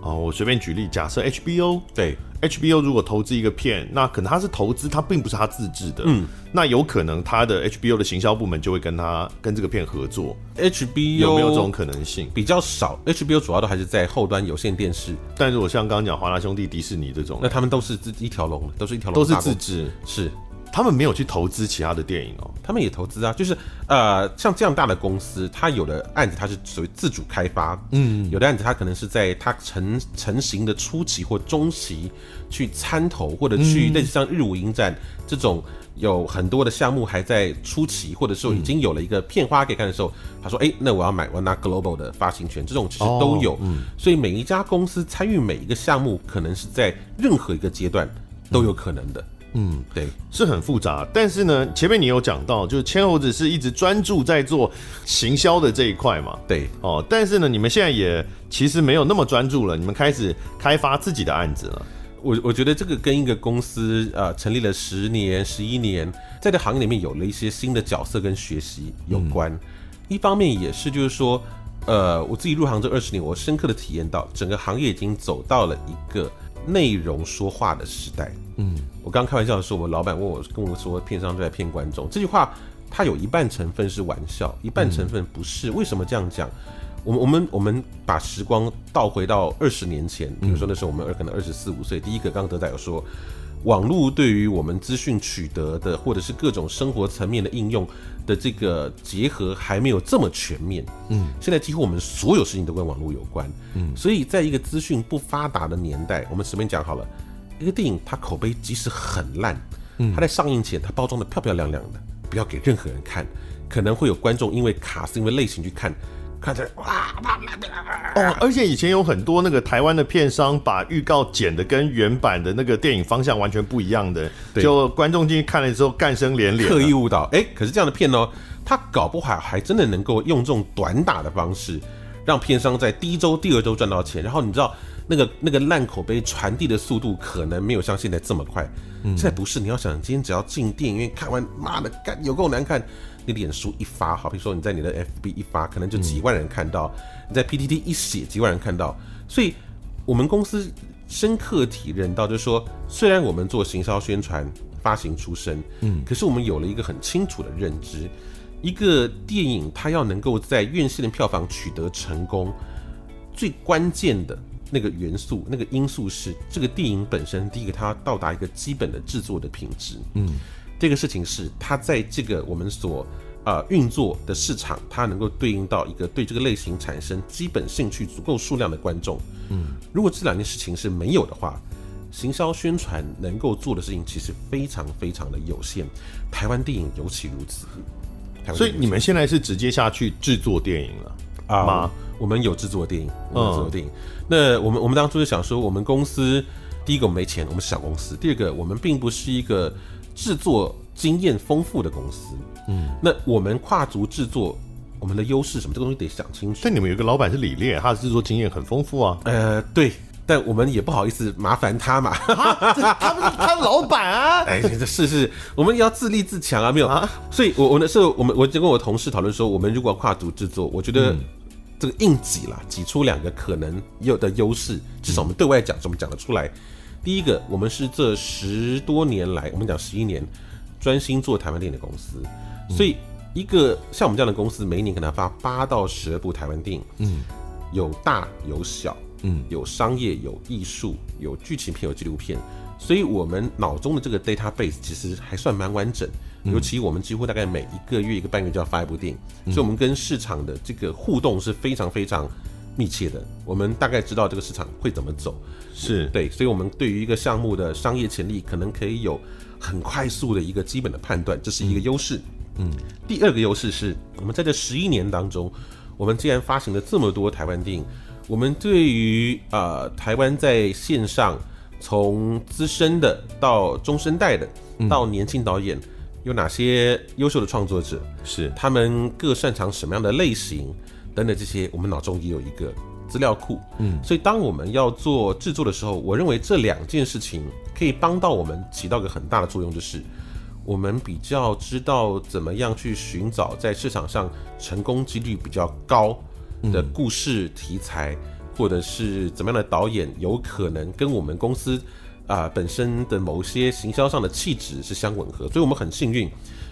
S1: 哦，我随便举例，假设 HBO，
S2: 对，
S1: HBO 如果投资一个片，那可能他是投资，他并不是他自制的，嗯，那有可能他的 HBO 的行销部门就会跟他跟这个片合作，
S2: ，HBO
S1: 有没有这种可能性？
S2: 比较少？HBO 主要的还是在后端有线电视，
S1: 但如果像刚刚讲华纳兄弟、迪士尼这种
S2: 那，他们都是自一条龙，都是一条龙
S1: 都是
S2: 大公
S1: 自
S2: 司，
S1: 制，
S2: 是。
S1: 他们没有去投资其他的电影哦。
S2: 他们也投资啊，就是呃，像这样大的公司，它有的案子它是属于自主开发，嗯，有的案子它可能是在它成成型的初期或中期去参投，或者去类似像日舞影展这种有很多的项目还在初期，或者是已经有了一个片花可以看的时候，他说，哎、那我要买，我要拿 Global 的发行权，这种其实都有，所以每一家公司参与每一个项目，可能是在任何一个阶段都有可能的，嗯，对。
S1: 是很复杂，但是呢，前面你有讲到，就是千猴子是一直专注在做行销的这一块嘛，
S2: 对，
S1: 哦，但是呢，你们现在也其实没有那么专注了，你们开始开发自己的案子了。
S2: 我我觉得这个跟一个公司呃成立了十年、十一年，在这行业里面有了一些新的角色跟学习有关。一方面也是就是说，呃，我自己入行这二十年，我深刻的体验到整个行业已经走到了一个内容说话的时代。嗯，我刚开玩笑的时候，我老板问我跟我说，片商就在骗观众，这句话它有一半成分是玩笑，一半成分不是。为什么这样讲？我们我们我们把时光倒回到二十年前，比如说那时候我们可能二十四五岁。第一个，刚刚德仔有说，网络对于我们资讯取得的，或者是各种生活层面的应用的这个结合，还没有这么全面。嗯，现在几乎我们所有事情都跟网络有关。嗯，所以在一个资讯不发达的年代，我们随便讲好了，一个电影它口碑即使很烂，它在上映前它包装的漂漂亮亮的，不要给任何人看。可能会有观众因为卡斯因为类型去看，看着哇哇
S1: 哦，而且以前有很多那个台湾的片商把预告剪的跟原版的那个电影方向完全不一样的，
S2: 对
S1: 就观众进去看了之后干声连连啊。
S2: 刻意误导。哎、可是这样的片哦，他搞不好还真的能够用这种短打的方式，让片商在第一周、第二周赚到钱。然后你知道那个那个烂口碑传递的速度，可能没有像现在这么快。现在不是，你要想，今天只要进电影院看完，妈的，干有够难看。你脸书一发，好比说你在你的 FB 一发，可能就几万人看到；你在 PTT 一写，几万人看到。所以，我们公司深刻体认到，就是说，虽然我们做行销宣传、发行出身，嗯，可是我们有了一个很清楚的认知，一个电影它要能够在院线的票房取得成功，最关键的那个元素、那个因素是这个电影本身，第一个它到达一个基本的制作的品质，嗯，这个事情是它在这个我们所呃运作的市场，它能够对应到一个对这个类型产生基本兴趣足够数量的观众，嗯，如果这两件事情是没有的话。行销宣传能够做的事情其实非常非常的有限，台湾电影尤其如此。台湾
S1: 所以
S2: 电
S1: 你
S2: 影
S1: 们现在是直接下去制作电影了？
S2: 啊、
S1: 吗
S2: 我们有制作电影，我们有制作电影。那我们我们当初就想说，我们公司第一个我们没钱，我们是小公司；第二个我们并不是一个制作经验丰富的公司。嗯，那我们跨足制作，我们的优势是什么？这个东西得想清楚。
S1: 但你们有一个老板是李烈，他的制作经验很丰富啊。
S2: 呃，对，但我们也不好意思麻烦他嘛。
S1: 啊，这他们他们老板 啊，
S2: 哎，这是是，我们也要自立自强啊，没有。所以我，我那时候我们我就跟我同事讨论说，我们如果要跨足制作，我觉得这个硬挤啦，挤出两个可能有的优势，至少我们对外讲，我们讲得出来。第一个，我们是这十多年来，我们讲十一年，专心做台湾电影的公司，所以一个像我们这样的公司，每一年可能发八到十部台湾电影，嗯，有大有小，嗯，有商业，有艺术，有剧情片，有纪录片，所以我们脑中的这个 database 其实还算蛮完整，尤其我们几乎大概每一个月一个半月就要发一部电影，所以我们跟市场的这个互动是非常非常密切的，我们大概知道这个市场会怎么走，
S1: 是
S2: 对，所以我们对于一个项目的商业潜力，可能可以有很快速的一个基本的判断，这是一个优势。嗯，第二个优势是我们在这十一年当中，我们既然发行了这么多台湾电影，我们对于呃台湾在线上从资深的到中生代的到年轻导演。有哪些优秀的创作者？
S1: 是，
S2: 他们各擅长什么样的类型等等这些，我们脑中也有一个资料库。嗯，所以当我们要做制作的时候，我认为这两件事情可以帮到我们起到一个很大的作用，就是我们比较知道怎么样去寻找在市场上成功几率比较高的故事题材，或者是怎么样的导演有可能跟我们公司啊、本身的某些行销上的气质是相吻合，所以我们很幸运，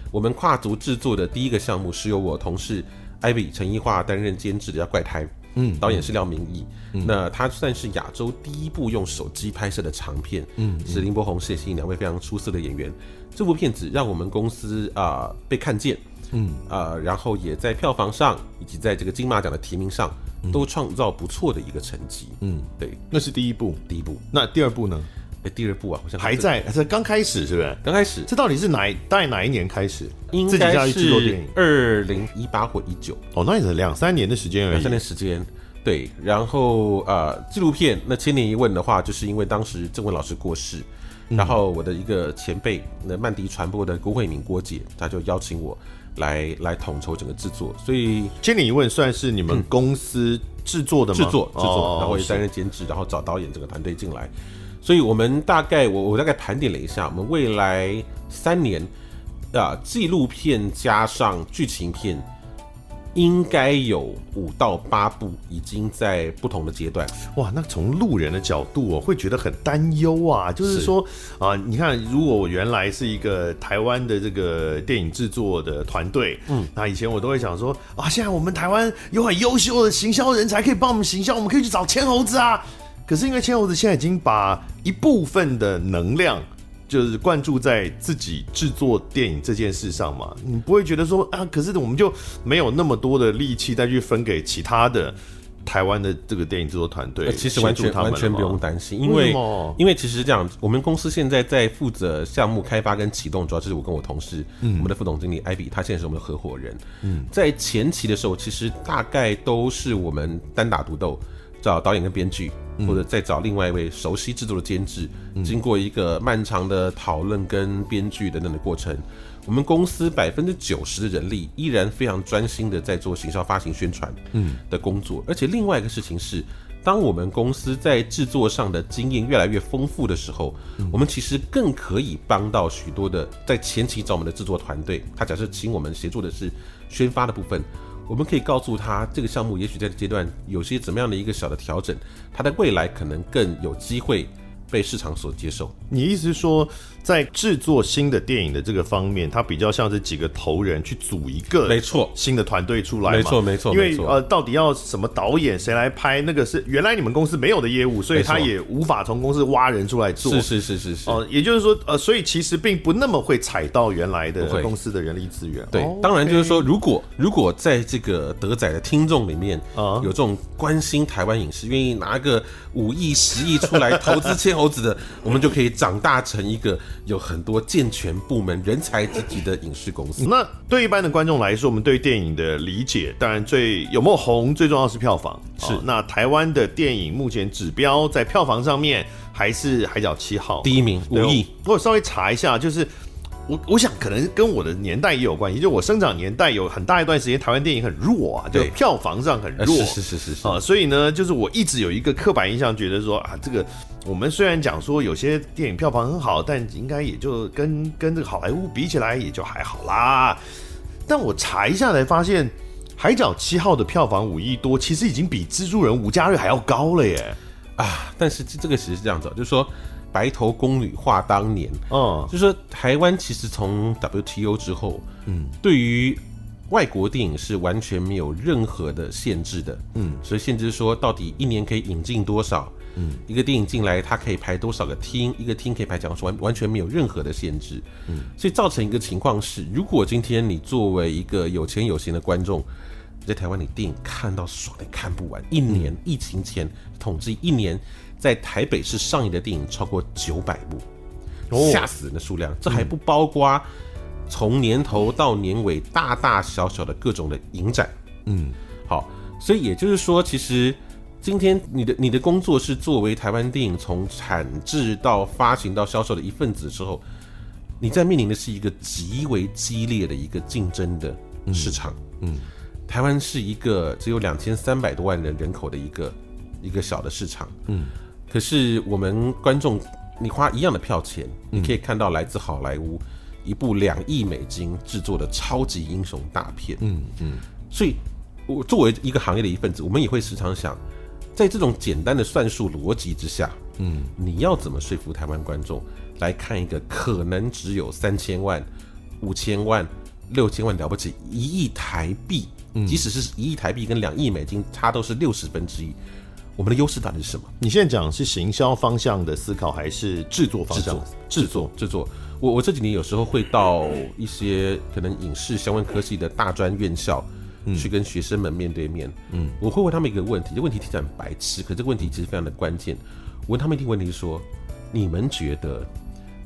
S2: 我们跨足制作的第一个项目是由我同事 Ivy 陈一桦担任监制的，叫《怪胎》。嗯，导演是廖明义，
S1: 嗯
S2: 那他算是亚洲第一部用手机拍摄的长片，嗯，是林柏宏、谢欣两位非常出色的演员。这部片子让我们公司啊、被看见，嗯，呃，然后也在票房上以及在这个金马奖的提名上
S1: 嗯
S2: 都创造不错的一个成绩，嗯，对，
S1: 那是第一部。
S2: 第一部，
S1: 那第二部呢？
S2: 哎，第二部啊，好像
S1: 还在，这刚开始是不是？
S2: 刚开始，
S1: 这到底是哪一大概哪一年开始？
S2: 应
S1: 自己
S2: 该
S1: 下去制作电
S2: 是
S1: 影？
S2: 二零一八或一九
S1: 哦，那也是两三年的时间而
S2: 两
S1: 已
S2: 三。年时间。对，然后呃，纪录片那千年一问的话，就是因为当时郑文老师过世，
S1: 嗯
S2: 然后我的一个前辈，那曼迪传播的郭慧敏郭姐，她就邀请我来来统筹整个制作，所以
S1: 千里一问算是你们公司制作的吗？
S2: 嗯制作制作
S1: 哦，
S2: 然后也
S1: 是
S2: 担任监制，然后找导演整个团队进来。所以我们大概我我大概盘点了一下，我们未来三年啊、纪录片加上剧情片，应该有五到八部已经在不同的阶段。
S1: 哇，那从路人的角度哦，会觉得很担忧啊。就是
S2: 是
S1: 说啊，你看，如果我原来是一个台湾的这个电影制作的团队，嗯，那以前我都会想说啊，现在我们台湾有很优秀的行销人才可以帮我们行销，我们可以去找千猴子啊。可是因为千猴子现在已经把一部分的能量。就是灌注在自己制作电影这件事上嘛，你不会觉得说啊，可是我们就没有那么多的力气再去分给其他的台湾的这个电影制作团队
S2: 呃，其实完
S1: 协
S2: 全
S1: 助他们
S2: 完
S1: 了
S2: 全
S1: 吗
S2: 不用担心，因
S1: 为
S2: 为
S1: 什么
S2: 因为其实这样，我们公司现在在负责项目开发跟启动，主要就是我跟我同事，
S1: 嗯
S2: 我们的副总经理艾比，他现在是我们的合伙人。嗯，在前期的时候，其实大概都是我们单打独斗，找导演跟编剧，
S1: 嗯
S2: 或者再找另外一位熟悉制作的监制，经过一个漫长的讨论跟编剧等等的过程。我们公司百分之九十的人力依然非常专心的在做行销、发行、宣传，嗯的工作。而且另外一个事情是，当我们公司在制作上的经验越来越丰富的时候，我们其实更可以帮到许多的在前期找我们的制作团队，他假设请我们协助的是宣发的部分。我们可以告诉他，这个项目也许在这阶段有些怎么样的一个小的调整，它在未来可能更有机会被市场所接受。
S1: 你意思是说，在制作新的电影的这个方面，它比较像是几个头人去组一个，
S2: 没错
S1: 新的团队出来嘛，
S2: 没错没错
S1: 因为
S2: 没错
S1: 呃，到底要什么导演谁来拍，那个是原来你们公司没有的业务，所以
S2: 没错
S1: 他也无法从公司挖人出来做。
S2: 是是是是是。
S1: 哦、也就是说，呃，所以其实并不那么会踩到原来的
S2: 不会
S1: 公司的人力资源。
S2: 对
S1: 哦，
S2: 当然就是说，如果如果在这个德仔的听众里面
S1: 啊
S2: 有这种关心台湾影视，愿意拿个五亿、十亿出来投资切猴子的， 我们就可以长大成一个有很多健全部门、人才济济的影视公司。
S1: 那对一般的观众来说，我们对电影的理解，当然最有没有红，最重要是票房。哦
S2: 是
S1: 那台湾的电影目前指标在票房上面还是《海角七号》
S2: 第一名五
S1: 对哦
S2: 亿，。
S1: 我我稍微查一下，就是我我想可能跟我的年代也有关系，就我生长年代有很大一段时间台湾电影很弱啊，就
S2: 对
S1: 票房上很
S2: 呃
S1: 弱。
S2: 是是是是是，
S1: 啊，所以呢，就是我一直有一个刻板印象，觉得说啊，这个我们虽然讲说有些电影票房很好，但应该也就跟跟这个好莱坞比起来也就还好啦。但我查一下才发现，《海角七号》的票房五亿多，其实已经比《蜘蛛人》吴家瑞还要高了耶。
S2: 啊，但是这这个其实是这样子哦，就是说白头宫女话当年，
S1: 嗯，
S2: 就是说台湾其实从 WTO 之后，嗯，对于外国电影是完全没有任何的限制的，嗯，所以限制说到底一年可以引进多少，嗯，一个电影进来它可以排多少个厅，一个厅可以排讲说完完全没有任何的限制，嗯，所以造成一个情况是，如果今天你作为一个有钱有闲的观众。你在台湾，你电影看到爽，你看不完。一年疫情前统计，一年在台北市上映的电影超过九百部，
S1: 哦
S2: 吓死人的数量。这还不包括从年头到年尾大大小小的各种的影展。
S1: 嗯，
S2: 好，所以也就是说，其实今天你的你的工作是作为台湾电影从产制到发行到销售的一份子之后，你在面临的是一个极为激烈的一个竞争的市场。嗯，台湾是一个只有两千三百多万人人口的一个一个小的市场。嗯，可是我们观众，你花一样的票钱，你可以看到来自好莱坞一部两亿美金制作的超级英雄大片。嗯嗯，所以我作为一个行业的一份子，我们也会时常想，在这种简单的算术逻辑之下，嗯，你要怎么说服台湾观众来看一个可能只有三千万、五千万、六千万了不起一亿台币，即使是一亿台币跟两亿美金，它都是六十分之一。我们的优势到底是什么？
S1: 你现在讲是行销方向的思考，还是制作方
S2: 制
S1: 向
S2: 作？制作制作。我我这几年有时候会到一些可能影视相关科系的大专院校。去跟学生们面对面，嗯，我会问他们一个问题，这个问题听起来很白痴，可这个问题其实非常的关键。我问他们一个问题是说，你们觉得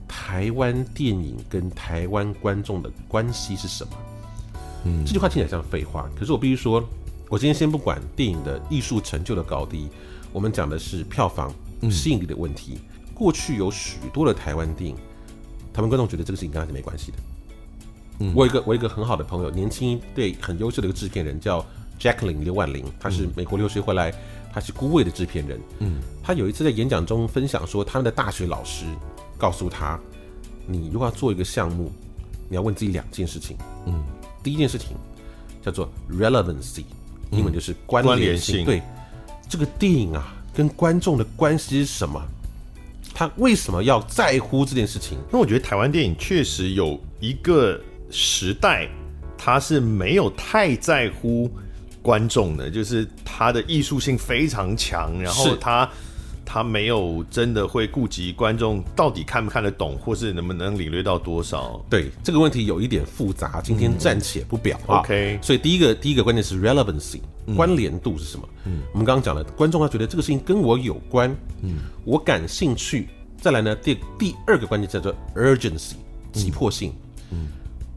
S2: 台湾电影跟台湾观众的关系是什么？这句话听起来像废话，可是我必须说，我今天先不管电影的艺术成就的高低，我们讲的是票房吸引力的问题。过去有许多的台湾电影，台湾观众觉得这个事情跟他是没关系的。
S1: 嗯
S2: 我有一个我有一个很好的朋友，年轻一对很优秀的一个制片人叫 Jacqueline 刘婉玲，
S1: 嗯
S2: 她是美国留学回来，她是孤味的制片人。嗯，她有一次在演讲中分享说，他们的大学老师告诉她，你如果要做一个项目，你要问自己两件事情。嗯，第一件事情叫做 relevancy，英文就是关
S1: 嗯关
S2: 联
S1: 联性
S2: 对，这个电影啊，跟观众的关系是什么？他为什么要在乎这件事情？
S1: 那我觉得台湾电影确实有一个时代，它是没有太在乎观众的，就是它的艺术性非常强，然后
S2: 是
S1: 它它没有真的会顾及观众到底看不看得懂，或是能不能领略到多少。
S2: 对这个问题有一点复杂，今天暂且不表、啊。
S1: OK
S2: 所以第一个第一个关键是 relevancy，关联度是什么？嗯，我们刚刚讲了，观众他觉得这个事情跟我有关，嗯，我感兴趣。再来呢，第第二个关键叫做 urgency，急迫性。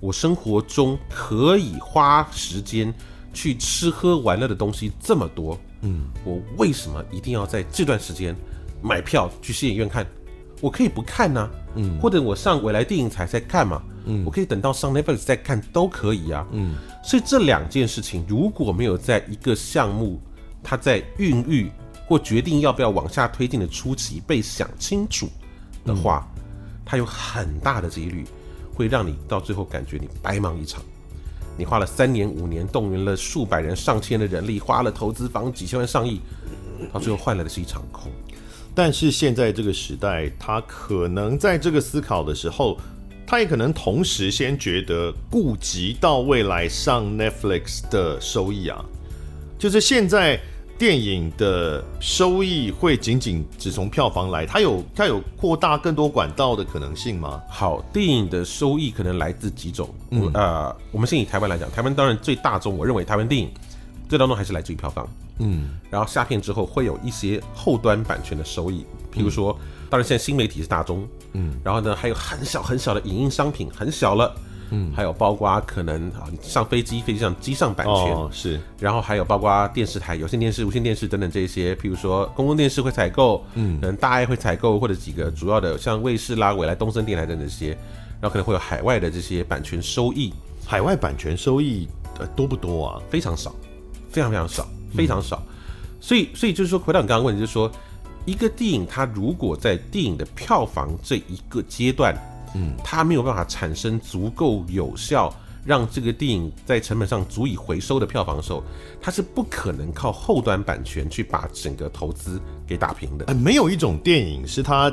S2: 我生活中可以花时间去吃喝玩乐的东西这么多，嗯，我为什么一定要在这段时间买票去电影院看？我可以不看呢、嗯，或者我上未来电影台再看嘛，嗯，我可以等到上 Netflix 再看都可以啊，嗯，所以这两件事情如果没有在一个项目它在孕育或决定要不要往下推进的初期被想清楚的话，它有很大的几率会让你到最后感觉你白忙一场。你花了三年五年，动员了数百人、上千的人力，花了投资房几千万、上亿，到最后换来的是一场空。
S1: 但是现在这个时代，他可能在这个思考的时候，他也可能同时先觉得顾及到未来上 Netflix 的收益啊，就是现在电影的收益会仅仅只从票房来，它有它有扩大更多管道的可能性吗？
S2: 好，电影的收益可能来自几种，嗯、呃，我们先以台湾来讲，台湾当然最大众，我认为台湾电影最大众还是来自于票房，嗯，然后下片之后会有一些后端版权的收益，譬如说，当然现在新媒体是大众，嗯，然后呢还有很小很小的影音商品，很小了。嗯，还有包括可能啊，你上飞机，飞机上机上版权，
S1: 哦，是，
S2: 然后还有包括电视台、有线电视、无线电视等等这些，譬如说公共电视会采购，嗯，可能大爱会采购，或者几个主要的像卫视啦、未来东森电台等等这些，然后可能会有海外的这些版权收益，
S1: 海外版权收益呃多不多啊？
S2: 非常少，非常非常少，非常少。所以，所以就是说，回到你刚刚问题，就是说，一个电影它如果在电影的票房这一个阶段，嗯，它没有办法产生足够有效让这个电影在成本上足以回收的票房的时候，它是不可能靠后端版权去把整个投资给打平的。
S1: 呃，没有一种电影是它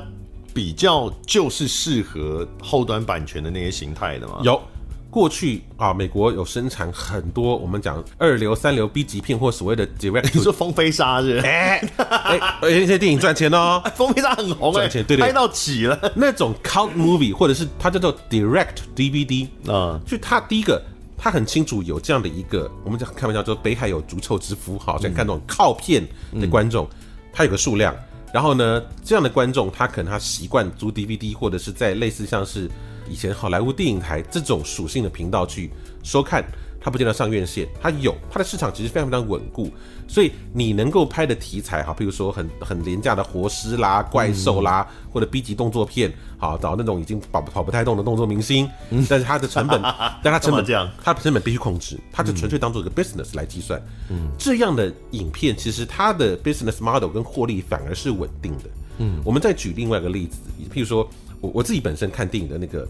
S1: 比较就是适合后端版权的那些形态的吗？
S2: 有。过去啊，美国有生产很多我们讲二流、三流 B 级片或所谓的 direct，
S1: 你说《风飞沙》是不是？
S2: 哎哎，而且那些电影赚钱哦，
S1: 《 风飞沙》很红哎、
S2: 赚钱对对
S1: 拍到起了。
S2: 那种 cult movie 或者是它叫做 direct DVD，
S1: 嗯，
S2: 就他第一个，他很清楚有这样的一个，我们讲开玩笑说北海有足臭之夫，好像看这种靠片的观众，他有个数量。然后呢，这样的观众他可能他习惯租 DVD 或者是在类似像是以前好莱坞电影台这种属性的频道去收看，他不见得上院线，他有他的市场其实非常非常稳固。所以你能够拍的题材哈，比如说很很廉价的活尸啦、怪兽啦，
S1: 嗯
S2: 或者 B 级动作片，好找那种已经跑跑不太动的动作明星，但是它的 成本，但它
S1: 嗯干
S2: 成
S1: 嘛
S2: 本
S1: 这样
S2: 它的成本必须控制，它就纯粹当做一个 business 来计算。嗯，这样的影片其实它的 business model 跟获利反而是稳定的。嗯，我们再举另外一个例子，譬如说我我自己本身看电影的那个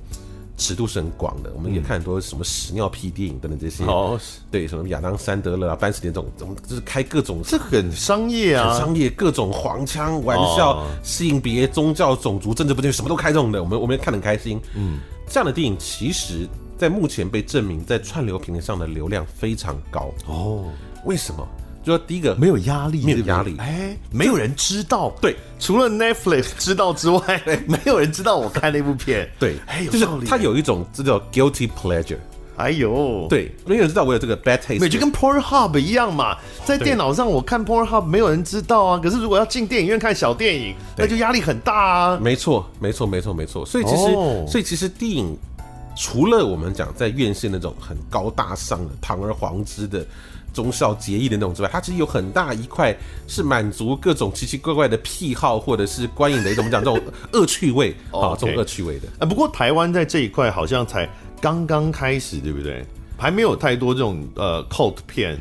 S2: 尺度是很广的，我们也看很多什么屎尿屁电影等等这些。
S1: 哦，
S2: 对，什么亚当·山德勒啊、班斯连这种，我们就是开各种
S1: 这很商业啊，
S2: 很商业，各种黄腔玩笑、
S1: 哦
S2: 性别、宗教、种族、政治不正确，什么都开这种的，我们我们也看得很开心。嗯，这样的电影其实，在目前被证明在串流平台上的流量非常高。
S1: 哦，
S2: 为什么？就说第一个
S1: 没有压力，
S2: 没有
S1: 对不对
S2: 压力
S1: 哎，没有人知道，
S2: 对，
S1: 除了 Netflix 知道之外，没有人知道我看那部片，
S2: 对，
S1: 哎，有
S2: 就是
S1: 道理，
S2: 它，有一种这叫 guilty pleasure。
S1: 哎呦，。
S2: 对，没有人知道我有这个 bad taste。
S1: 对，就跟 Pornhub 一样嘛，在电脑上我看 Pornhub 没有人知道啊，可是如果要进电影院看小电影，那就压力很大啊。
S2: 没错，没错，没错，没错。所以其实，
S1: 哦
S2: 所以其实电影除了我们讲在院线那种很高大上的、堂而皇之的、忠孝节义的那种之外，它其实有很大一块是满足各种奇奇怪怪的癖好，或者是观影的一种我们讲这种恶趣味啊、
S1: 哦
S2: 这种
S1: OK
S2: 恶趣味的。
S1: 啊，不过台湾在这一块好像才刚刚开始，对不对？还没有太多这种呃 cult 片，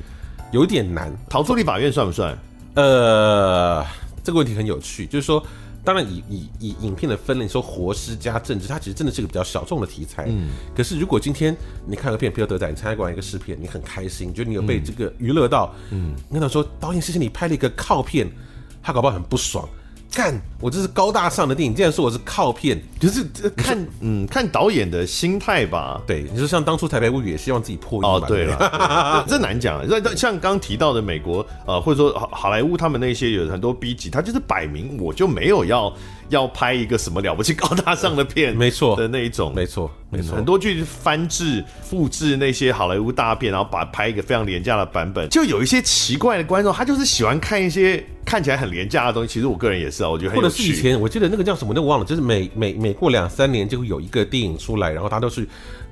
S2: 有点难。
S1: 《逃出立法院》算不算？
S2: 呃，这个问题很有趣，就是说，当然以以以影片的分类，你说活尸加政治，它其实真的是个比较小众的题材。嗯，可是如果今天你看个片，譬如德仔，你参加过一个试片，你很开心，你觉得你有被这个娱乐到，嗯，你跟他说导演谢谢你拍了一个靠片，他搞不好很不爽。干，我这是高大上的电影，竟然说我是靠片，
S1: 就是呃看嗯看导演的心态吧。
S2: 对，啊你说像当初台北物语也希望自己破亿
S1: 哦，
S2: 嘛，
S1: 对
S2: 不
S1: 了，对这难讲。像像刚提到的美国，呃，或者说好好莱坞他们那些有很多 B 级，他就是摆明我就没有要要拍一个什么了不起高大上的片，
S2: 没错
S1: 的那一种。
S2: 没错，没错
S1: 很多剧翻制、复制那些好莱坞大片，然后把拍一个非常廉价的版本。就有一些奇怪的观众，他就是喜欢看一些看起来很廉价的东西。其实我个人也是啊，我觉得很
S2: 或者
S1: 有
S2: 是以
S1: 趣。
S2: 前我记得那个叫什么，那我忘了，就是每每每过两三年就会有一个电影出来，然后它都是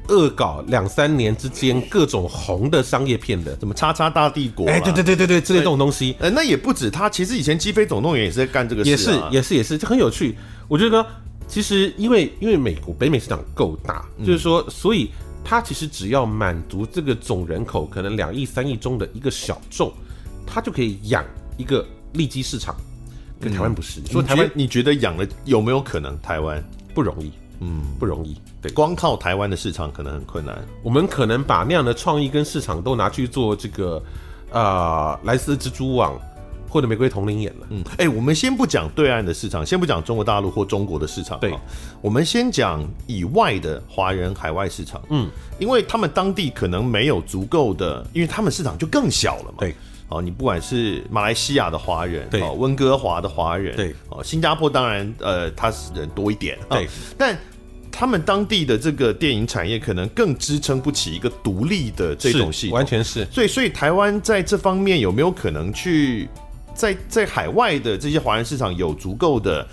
S2: 恶搞两三年之间各种红的商业片的，
S1: 什么叉叉大帝国、啊
S2: 哎，对对。对对对，之类这种东西，
S1: 呃，那也不止他，其实以前《击飞总动员》也是在干这个事、啊，
S2: 也是也是也是，就很有趣。我觉得其实因为因为美国北美市场够大，就是说，所以它其实只要满足这个总人口可能两亿三亿中的一个小众，它就可以养一个利基市场。跟台湾不是，你
S1: 说
S2: 说台
S1: 台
S2: 湾
S1: 湾，你觉得养了有没有可能？台湾
S2: 不容易，嗯，不容易。对，
S1: 光靠台湾的市场可能很困难。
S2: 我们可能把那样的创意跟市场都拿去做这个，呃，蓝色蜘蛛网或者玫瑰同林眼了。
S1: 嗯，哎、我们先不讲对岸的市场，先不讲中国大陆或中国的市场，
S2: 对
S1: 哈，我们先讲以外的华人海外市场，嗯，因为他们当地可能没有足够的，因为他们市场就更小了嘛，
S2: 对。
S1: 哦，你不管是马来西亚的华人，
S2: 对
S1: 哦，温哥华的华人，
S2: 对，
S1: 哦，新加坡当然，呃，他是人多一点，啊
S2: 对，
S1: 但他们当地的这个电影产业可能更支撑不起一个独立的这种
S2: 是
S1: 系统，
S2: 完全是。
S1: 所以，所以台湾在这方面有没有可能去在在海外的这些华人市场有足够的，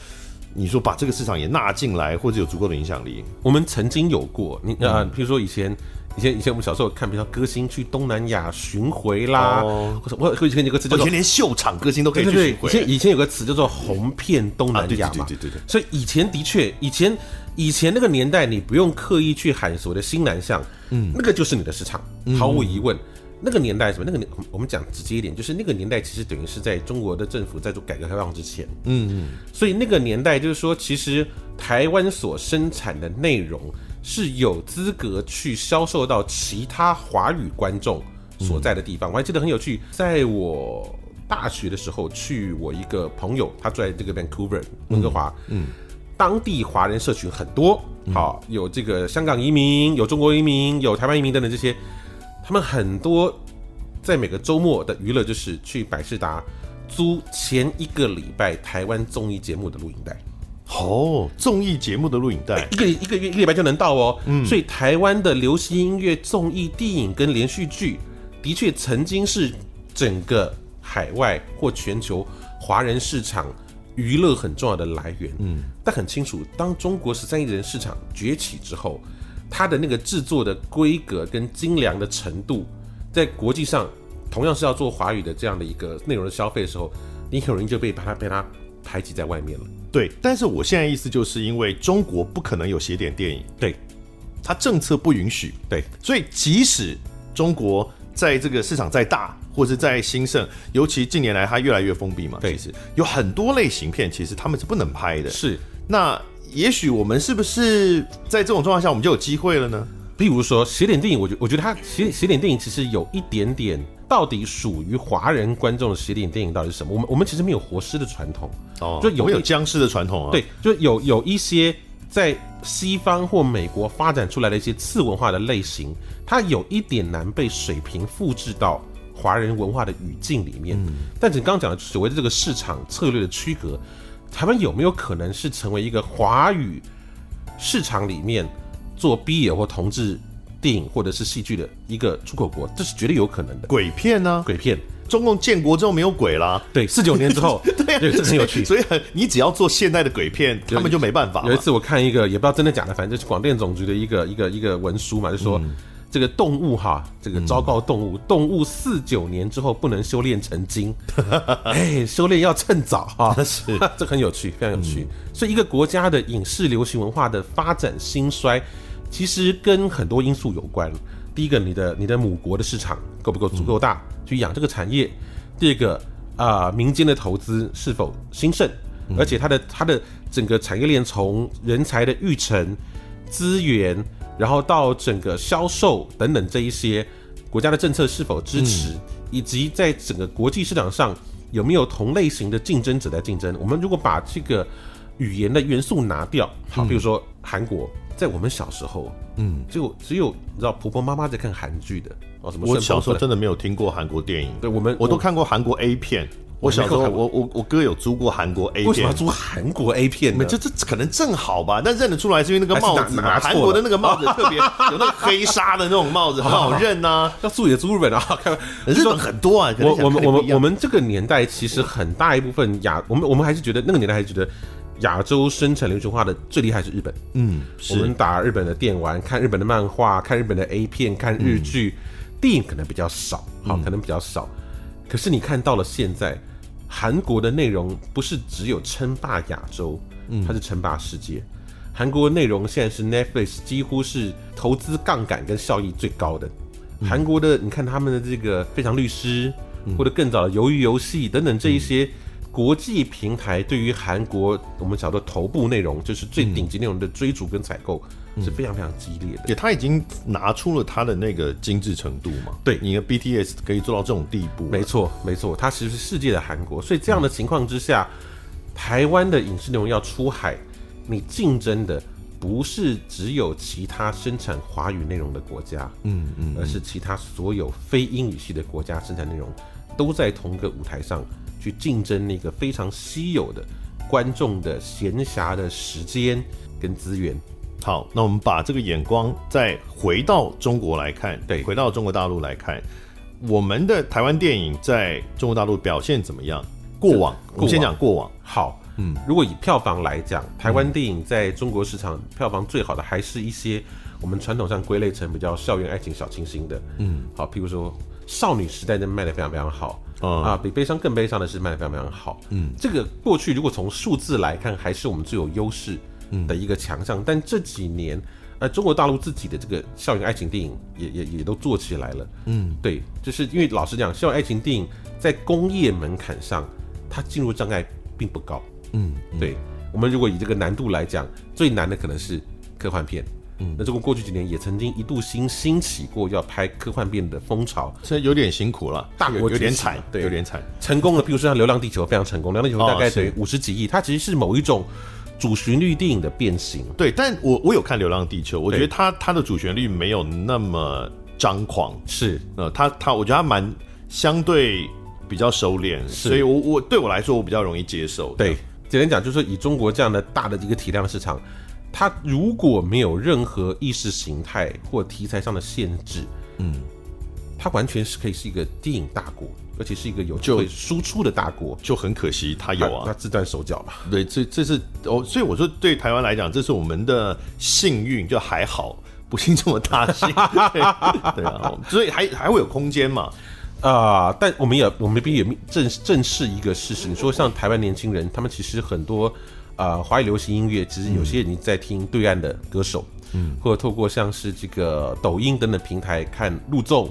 S1: 你说把这个市场也纳进来，或者有足够的影响力？
S2: 我们曾经有过，你呃，
S1: 嗯
S2: 比如说以前。以前以前我们小时候看，比如说歌星去东南亚巡回啦，
S1: 哦
S2: 或者我以前有个词叫
S1: 我以
S2: 做
S1: 前连秀场歌星都可以
S2: 对
S1: 去
S2: 对
S1: 巡
S2: 对，以
S1: 回，
S2: 前以前有个词叫做红遍东南亚嘛，
S1: 啊对对对对对对
S2: 所以以前的确，以前以前那个年代，你不用刻意去喊所谓的新南向，嗯，那个就是你的市场，毫无疑问。那个年代是什么？那个年我们讲直接一点，就是那个年代其实等于是在中国的政府在做改革开放之前，嗯嗯，所以那个年代就是说，其实台湾所生产的内容是有资格去销售到其他华语观众所在的地方。我还记得很有趣，在我大学的时候去我一个朋友，他住在这个 Vancouver 温哥华，嗯，当地华人社群很多，好、有这个香港移民，有中国移民，有台湾移民等等这些，他们很多在每个周末的娱乐就是去百事达租前一个礼拜台湾综艺节目的录影带。
S1: 哦，综艺节目的录影带，
S2: 一个一个月一个礼拜就能到哦。所以台湾的流行音乐、综艺、电影跟连续剧，的确曾经是整个海外或全球华人市场娱乐很重要的来源。嗯，但很清楚，当中国十三亿人市场崛起之后，它的那个制作的规格跟精良的程度，在国际上同样是要做华语的这样的一个内容的消费的时候，你很容易就被把它被它排挤在外面了。
S1: 对。但是我现在意思就是因为中国不可能有写点电影，
S2: 对
S1: 它政策不允许，
S2: 对，
S1: 所以即使中国在这个市场再大，或是再兴盛，尤其近年来它越来越封闭嘛，
S2: 对
S1: 其实有很多类型片，其实他们是不能拍的，
S2: 是。
S1: 那也许我们是不是在这种状况下，我们就有机会了呢？
S2: 比如说写点电影，我觉我觉得它写写点电影其实有一点点，到底属于华人观众的写点电影到底是什么？我们我们其实没有活尸的传统，
S1: 哦，
S2: 就有
S1: 我们有
S2: 一
S1: 僵尸的传统啊。
S2: 对，，就有有一些在西方或美国发展出来的一些次文化的类型，它有一点难被水平复制到华人文化的语境里面。
S1: 嗯
S2: 但你刚刚讲的所谓的这个市场策略的区隔，台湾有没有可能是成为一个华语市场里面做 BL 或同志电影或者是戏剧的一个出口国？这是绝对有可能的。
S1: 鬼片呢、
S2: 鬼片，
S1: 中共建国之后没有鬼啦。
S2: 对，四九年之后，
S1: 对啊，
S2: 对，这很有趣。
S1: 所以很你只要做现代的鬼片，他们就没办法
S2: 有一
S1: 了。
S2: 次我看一个也不知道真的假的，反正就是广电总局的一个一个一个文书嘛，就说、
S1: 嗯
S2: 这个动物哈，这个昭告动物，动物四九年之后不能修炼成精， 哎，修炼要趁早哈，是 这很有趣，非常有趣。所以一个国家的影视流行文化的发展兴衰，其实跟很多因素有关。第一个，你的你的母国的市场够不够足够大、去养这个产业；第二个，啊、民间的投资是否兴盛，而且它的它的整个产业链从人才的育成、资源，然后到整个销售等等这一些国家的政策是否支持，
S1: 嗯
S2: 以及在整个国际市场上有没有同类型的竞争者在竞争。我们如果把这个语言的元素拿掉，
S1: 嗯
S2: 好，比如说韩国，在我们小时候，嗯，就只有你知道婆婆妈妈在看韩剧的哦，什么
S1: 我
S2: 圣
S1: 小
S2: 保
S1: 时候
S2: 罗
S1: 真的没有听过韩国电影，
S2: 对我们
S1: 我都看过韩国 A 片，我小时候
S2: 没看过
S1: 我我我哥有租过韩国 A
S2: 为什
S1: 片
S2: 么要，租韩国 A 片
S1: 没
S2: 呢？
S1: 这这这可能正好吧，但认得出来是因为那个
S2: 还是
S1: 帽
S2: 拿
S1: 子嘛，
S2: 拿错
S1: 韩国的
S2: 了
S1: 那个帽子特别 有那个黑纱的那种帽子，很好认呐。
S2: 要租也租日本啊！ 看，
S1: 日本很多啊，可能
S2: 我
S1: 想
S2: 我们
S1: 看
S2: 我
S1: 不一
S2: 们
S1: 样
S2: 我们这个年代其实很大一部分亚，我们我们还是觉得那个年代还是觉得亚洲生产流行文化的最厉害是日本。
S1: 嗯
S2: 我
S1: 是
S2: 们打日本的电玩，看日本的漫画，看日本的 A 片，看日剧，
S1: 嗯
S2: 电影可能比较少，好，可能比较少。可是你看到了现在，韩国的内容不是只有称霸亚洲，它是称霸世界。韩国内容现在是 Netflix 几乎是投资杠杆跟效益最高的。韩国的，你看他们的这个《非常律师》，或者更早的《鱿鱼游戏》等等这一些国际平台，对于韩国我们讲的头部内容，就是最顶级内容的追逐跟采购是非常非常激烈的。
S1: 也他已经拿出了他的那个精致程度嘛，
S2: 对
S1: 你的 BTS 可以做到这种地步了，
S2: 没错，没错，它其实是世界的韩国，所以这样的情况之下，台湾的影视内容要出海，你竞争的不是只有其他生产华语内容的国家，嗯嗯，而是其他所有非英语系的国家生产内容都在同一个舞台上去竞争那个非常稀有的观众的闲暇的时间跟资源。
S1: 好，那我们把这个眼光再回到中国来看，
S2: 对
S1: 回到中国大陆来看，我们的台湾电影在中国大陆表现怎么样？过往，我们先讲过往，
S2: 好，嗯，如果以票房来讲，台湾电影在中国市场票房最好的还是一些我们传统上归类成比较校园爱情小清新的，嗯，好，譬如说少女时代的卖的非常非常好。
S1: 嗯
S2: 啊，比悲伤更悲伤的是卖的非常非常好。嗯，这个过去如果从数字来看，还是我们最有优势的一个强项。但这几年，呃，中国大陆自己的这个校园爱情电影也也也都做起来了。嗯，对，就是因为老实讲，校园爱情电影在工业门槛上，它进入障碍并不高。
S1: 嗯，
S2: 对，我们如果以这个难度来讲，最难的可能是科幻片。嗯，那中国过去几年也曾经一度兴兴起过要拍科幻片的风 潮，
S1: 这有点辛苦了，
S2: 大
S1: 有
S2: 国
S1: 有点
S2: 崛起
S1: 惨，
S2: 对
S1: 有点惨，
S2: 成功的，比如说像《流浪地球》非常成功，《流浪地球
S1: 哦》
S2: 大概
S1: 是
S2: 等于五十几亿，它其实是某一种主旋律电影的变形。
S1: 对。但我我有看《流浪地球》，我觉
S2: 对
S1: 得它它的主旋律没有那么张狂，
S2: 是，
S1: 呃，它它我觉得它蛮相对比较收敛，所以我我对我来说我比较容易接受，
S2: 对，简单讲就是以中国这样的大的一个体量市场，它如果没有任何意识形态或题材上的限制，
S1: 嗯，
S2: 它完全是可以是一个电影大国，而且是一个有
S1: 就
S2: 就输出的大国。
S1: 就很可惜它有啊，
S2: 那自断手脚吧。
S1: 对，这这是哦，所以我说对台湾来讲，这是我们的幸运，就还好，不幸这么大幸， 对对啊，所以还还会有空间嘛？
S2: 啊、但我们也我们必须也正正视一个事实，你说像台湾年轻人，他们其实很多啊华语流行音乐，其实有些已经在听对岸的歌手，嗯，或者透过像是这个抖音等等平台看陆纵，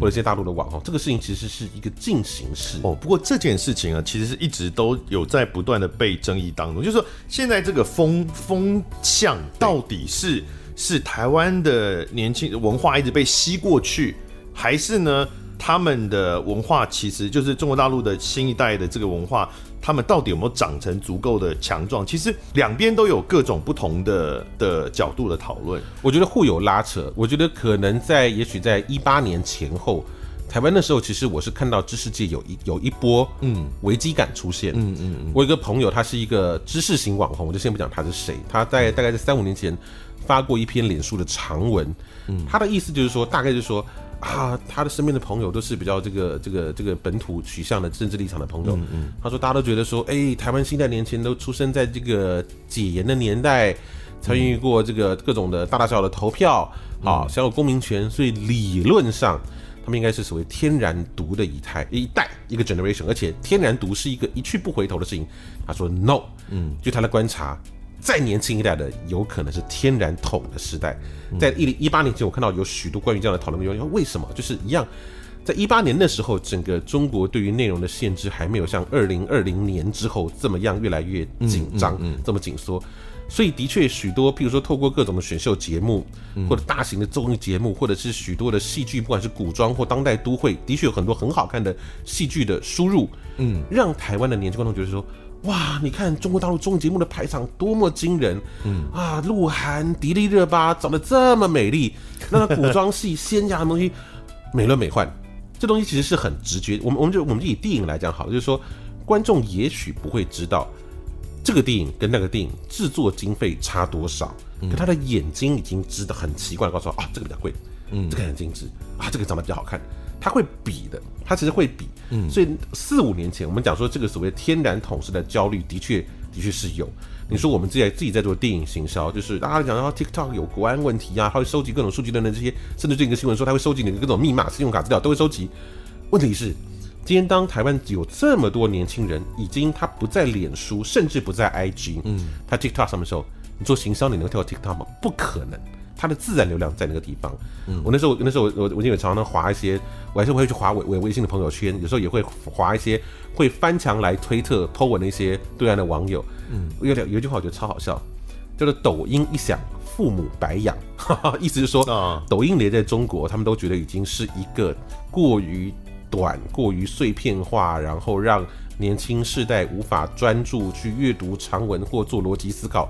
S2: 或者一些大陆的网红，这个事情其实是一个进行式。
S1: 哦，不过这件事情啊，其实是一直都有在不断的被争议当中，就是说现在这个风风向到底是是台湾的年轻文化一直被吸过去，还是呢他们的文化其实就是中国大陆的新一代的这个文化，他们到底有没有长成足够的强壮？其实两边都有各种不同的的角度的讨论。
S2: 我觉得互有拉扯。我觉得可能在也许在一八年前后，台湾那时候其实我是看到知识界有一有一波嗯危机感出现。嗯嗯嗯。我有一个朋友，他是一个知识型网红，我就先不讲他是谁，他在大概在三五年前发过一篇脸书的长文，他的意思就是说，大概就是说。啊，他的身边的朋友都是比较这个这个这个本土取向的政治立场的朋友。他说大家都觉得说，哎、台湾新一代年轻人都出生在这个解严的年代，参与过这个各种的大大小小的投票啊，享有公民权，所以理论上他们应该是所谓天然独的一代一代一个 generation，而且天然独是一个一去不回头的事情。他说 no，嗯，据他的观察。再年轻一代的，有可能是天然统的时代。在一零一八年前，我看到有许多关于这样的讨论，因为为什么？就是一样，在一八年那时候，整个中国对于内容的限制还没有像二零二零年之后这么样越来越紧张，这么紧缩。所以的确，许多譬如说透过各种的选秀节目，或者大型的综艺节目，或者是许多的戏剧，不管是古装或当代都会，的确有很多很好看的戏剧的输入，嗯，让台湾的年轻观众觉得说。哇！你看中国大陆综艺节目的排场多么惊人，嗯啊，鹿晗、迪丽热巴长得这么美丽，那个古装戏、 仙侠的东西美轮美奂，这东西其实是很直觉。我们我们就我们就以电影来讲好了，就是说，观众也许不会知道这个电影跟那个电影制作经费差多少，可他的眼睛已经知道很奇怪，告诉我啊，这个比较贵，嗯，这个很精致啊，这个长得比较好看，他会比的，他其实会比，嗯，所以四五年前我们讲说这个所谓天然统治的焦虑，的确的确是有。你说我们自己自己在做电影行销，就是大家讲到啊 TikTok 有国安问题啊，他会收集各种数据等等这些，甚至最近一个新闻说他会收集你的各种密码、信用卡资料都会收集。问题是，今天当台湾有这么多年轻人，已经他不在脸书，甚至不在 IG，嗯，他 TikTok 上面的时候，你做行销你能跳 TikTok 吗？不可能。它的自然流量在那个地方。我那时候，那时候我我我因为常常划一些，我还是会去划我我微信的朋友圈，有时候也会划一些会翻墙来推特 po 文的一些对岸的网友。嗯，有两有一句话我觉得超好笑，叫做“抖音一响，父母白养”， 哈哈，意思是说，
S1: 啊
S2: 抖音连在中国，他们都觉得已经是一个过于短、过于碎片化，然后让年轻世代无法专注去阅读长文或做逻辑思考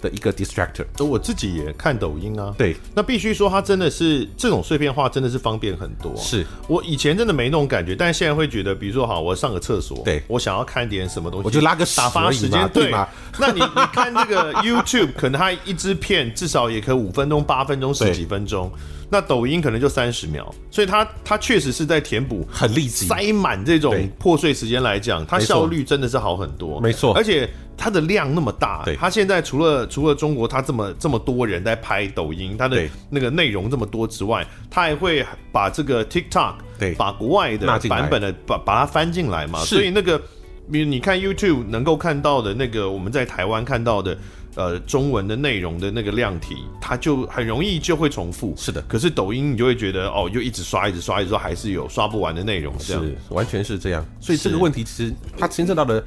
S2: 的一个 distractor。
S1: 我自己也看抖音啊，
S2: 对，
S1: 那必须说它真的是这种碎片化，真的是方便很多。啊
S2: 是。
S1: 我以前真的没那种感觉，但是现在会觉得，比如说，好，我上个厕所，
S2: 对
S1: 我想要看点什么东西，
S2: 我就拉个屎
S1: 打发
S2: 而已
S1: 时
S2: 嘛
S1: 间，
S2: 对
S1: 对
S2: 嘛？
S1: 那你你看这个 YouTube，可能它一支片至少也可以五分钟、八分钟、十几分钟，那抖音可能就三十秒，所以它它确实是在填补
S2: 很立即，
S1: 塞满这种
S2: 对
S1: 破碎时间来讲，它
S2: 没错
S1: 效率真的是好很多，
S2: 没错
S1: 而且它的量那么大，
S2: 对
S1: 它现在除了除了中国它这么这么多人在拍抖音，它的
S2: 对
S1: 那个内容这么多之外，它还会把这个 TikTok
S2: 对
S1: 把国外的
S2: 纳进来
S1: 版本的把把它翻进来嘛，
S2: 是
S1: 所以那个你你看 YouTube 能够看到的那个我们在台湾看到的。呃，中文的内容的那个量体，它就很容易就会重复。
S2: 是的
S1: 可是抖音你就会觉得哦，就一直刷，一直刷，一直刷，还是有刷不完的内容。这样
S2: 是完全是这样。所以这个
S1: 是
S2: 问题其实它牵涉到的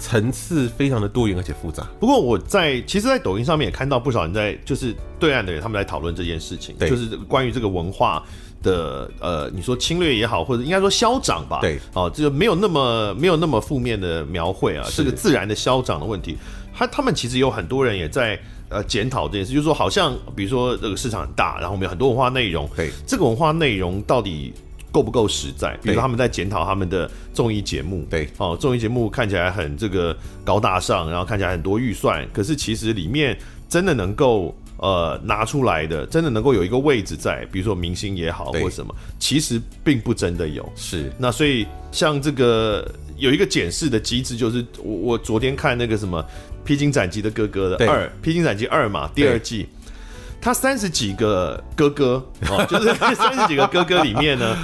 S2: 层次非常的多元而且复杂。
S1: 不过我在其实，在抖音上面也看到不少人在就是对岸的人，他们在讨论这件事情，
S2: 对
S1: 就是关于这个文化的呃，你说侵略也好，或者应该说消长吧，
S2: 对，
S1: 哦，这个没有那么没有那么负面的描绘啊，
S2: 是
S1: 这个自然的消长的问题，他他们其实有很多人也在。呃，检讨这件事，就是说，好像比如说这个市场很大，然后我们有很多文化内容，
S2: 对，
S1: 这个文化内容到底够不够实在？比如
S2: 对
S1: 说他们在检讨他们的综艺节目，
S2: 对
S1: 哦，综艺节目看起来很这个高大上，然后看起来很多预算，可是其实里面真的能够呃拿出来的，真的能够有一个位置在，比如说明星也好
S2: 对
S1: 或什么，其实并不真的有。
S2: 是
S1: 那所以像这个有一个检视的机制，就是我我昨天看那个什么《披荆斩棘的哥哥》的
S2: 对
S1: 二，《披荆斩棘二》嘛，第二季。他三十几个哥哥哦，就是 三十几个哥哥里面呢，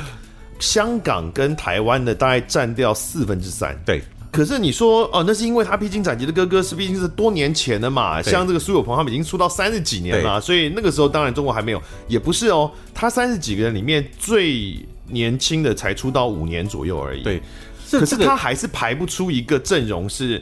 S1: 香港跟台湾的大概占掉四分之三。
S2: 对，
S1: 可是你说哦，那是因为他《披荆斩棘的哥哥》是毕竟是多年前的嘛，
S2: 对
S1: 像这个苏有朋他们已经出道三十几年了，所以那个时候当然中国还没有，也不是哦，他三十几个人里面最年轻的才出道五年左右而已。，
S2: 对，
S1: 嗯可
S2: 这
S1: 是
S2: 这
S1: 他
S2: 个
S1: 还是排不出一个阵容是，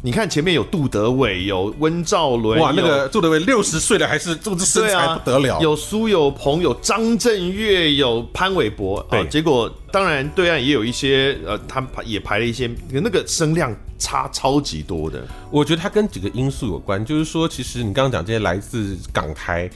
S1: 你看前面有杜德伟，有温兆伦，
S2: 哇，那
S1: 有
S2: 个杜德伟六十岁了，还是这个 身
S1: 对
S2: 材
S1: 啊，
S2: 不得了，
S1: 有苏有朋，有张震岳，有潘玮柏啊。
S2: 对
S1: 结果当然对岸也有一些呃，他们排也排了一些，那个声量差超级多的。
S2: 我觉得它跟几个因素有关，就是说，其实你刚刚讲这些来自港台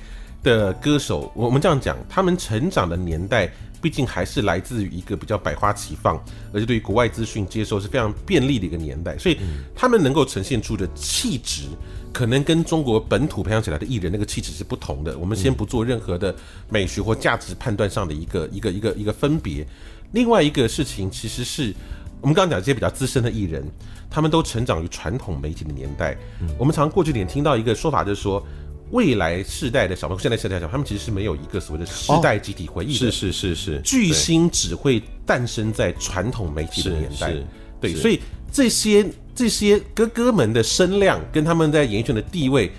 S2: 的歌手，我我们这样讲，他们成长的年代，毕竟还是来自于一个比较百花齐放，而且对于国外资讯接收是非常便利的一个年代，所以
S1: 嗯
S2: 他们能够呈现出的气质。可能跟中国本土培养起来的艺人那个气质是不同的。我们先不做任何的美学或价值判断上的一个一个一个一个分别。另外一个事情其实是我们刚刚讲这些比较资深的艺人，他们都成长于传统媒体的年代。我们常过去年听到一个说法，就是说未来世代的小朋友，现在世代的小朋友，他们其实是没有一个所谓的时代集体回忆的。
S1: 是是是，
S2: 巨星只会诞生在传统媒体的
S1: 是
S2: 年代
S1: 是，
S2: 对，
S1: 是
S2: 所以这些这些哥哥们的声量跟他们在演艺圈的地位，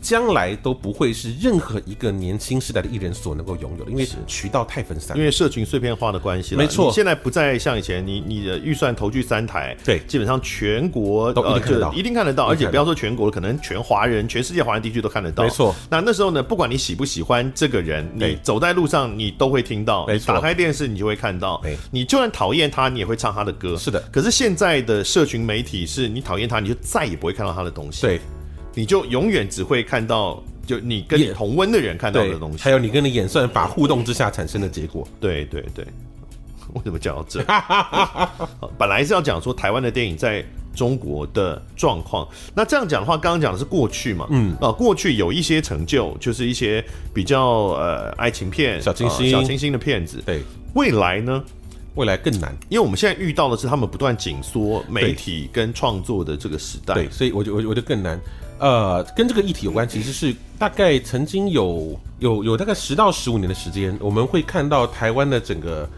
S2: 将来都不会是任何一个年轻时代的艺人所能够拥有的，因为渠道太分散
S1: 因。为社群碎片化的关系啦，
S2: 没错
S1: 你现在不再像以前，你你的预算投去三台，
S2: 对
S1: 基本上全国呃
S2: 都一定看得到
S1: 就一定看得到，而
S2: 一定看得
S1: 且
S2: 到
S1: 不要说全国，可能全华人、全世界华人地区都看得到。
S2: 没错。
S1: 那那时候呢，不管你喜不喜欢这个人，
S2: 对
S1: 你走在路上你都会听到，
S2: 没错
S1: 打开电视你就会看到
S2: 对，
S1: 你就算讨厌他，你也会唱他的歌。
S2: 是的
S1: 可是现在的社群媒体是你讨厌他，你就再也不会看到他的东西，，
S2: 对
S1: 你就永远只会看到就你跟你
S2: 也
S1: 同温的人看到
S2: 对
S1: 的东，西
S2: 还。有你跟你演算法互动之下产生的结果。
S1: 对对对， 为什么讲到这？ 好本来是要讲说台湾的电影在中国的状况。那这样讲的话，刚刚讲的是过去嘛，嗯，啊，过去有一些成就，就是一些比较呃爱情片、
S2: 小清新
S1: 呃小清新的片子。
S2: 对，
S1: 未来呢？
S2: 未来更难。
S1: 因为我们现在遇到的是他们不断紧缩媒体跟创作的这个时代。
S2: 对，所以我就我就我就更难。呃，跟这个议题有关，其实是大概曾经有有有大概十到十五年的时间，我们会看到台湾的整个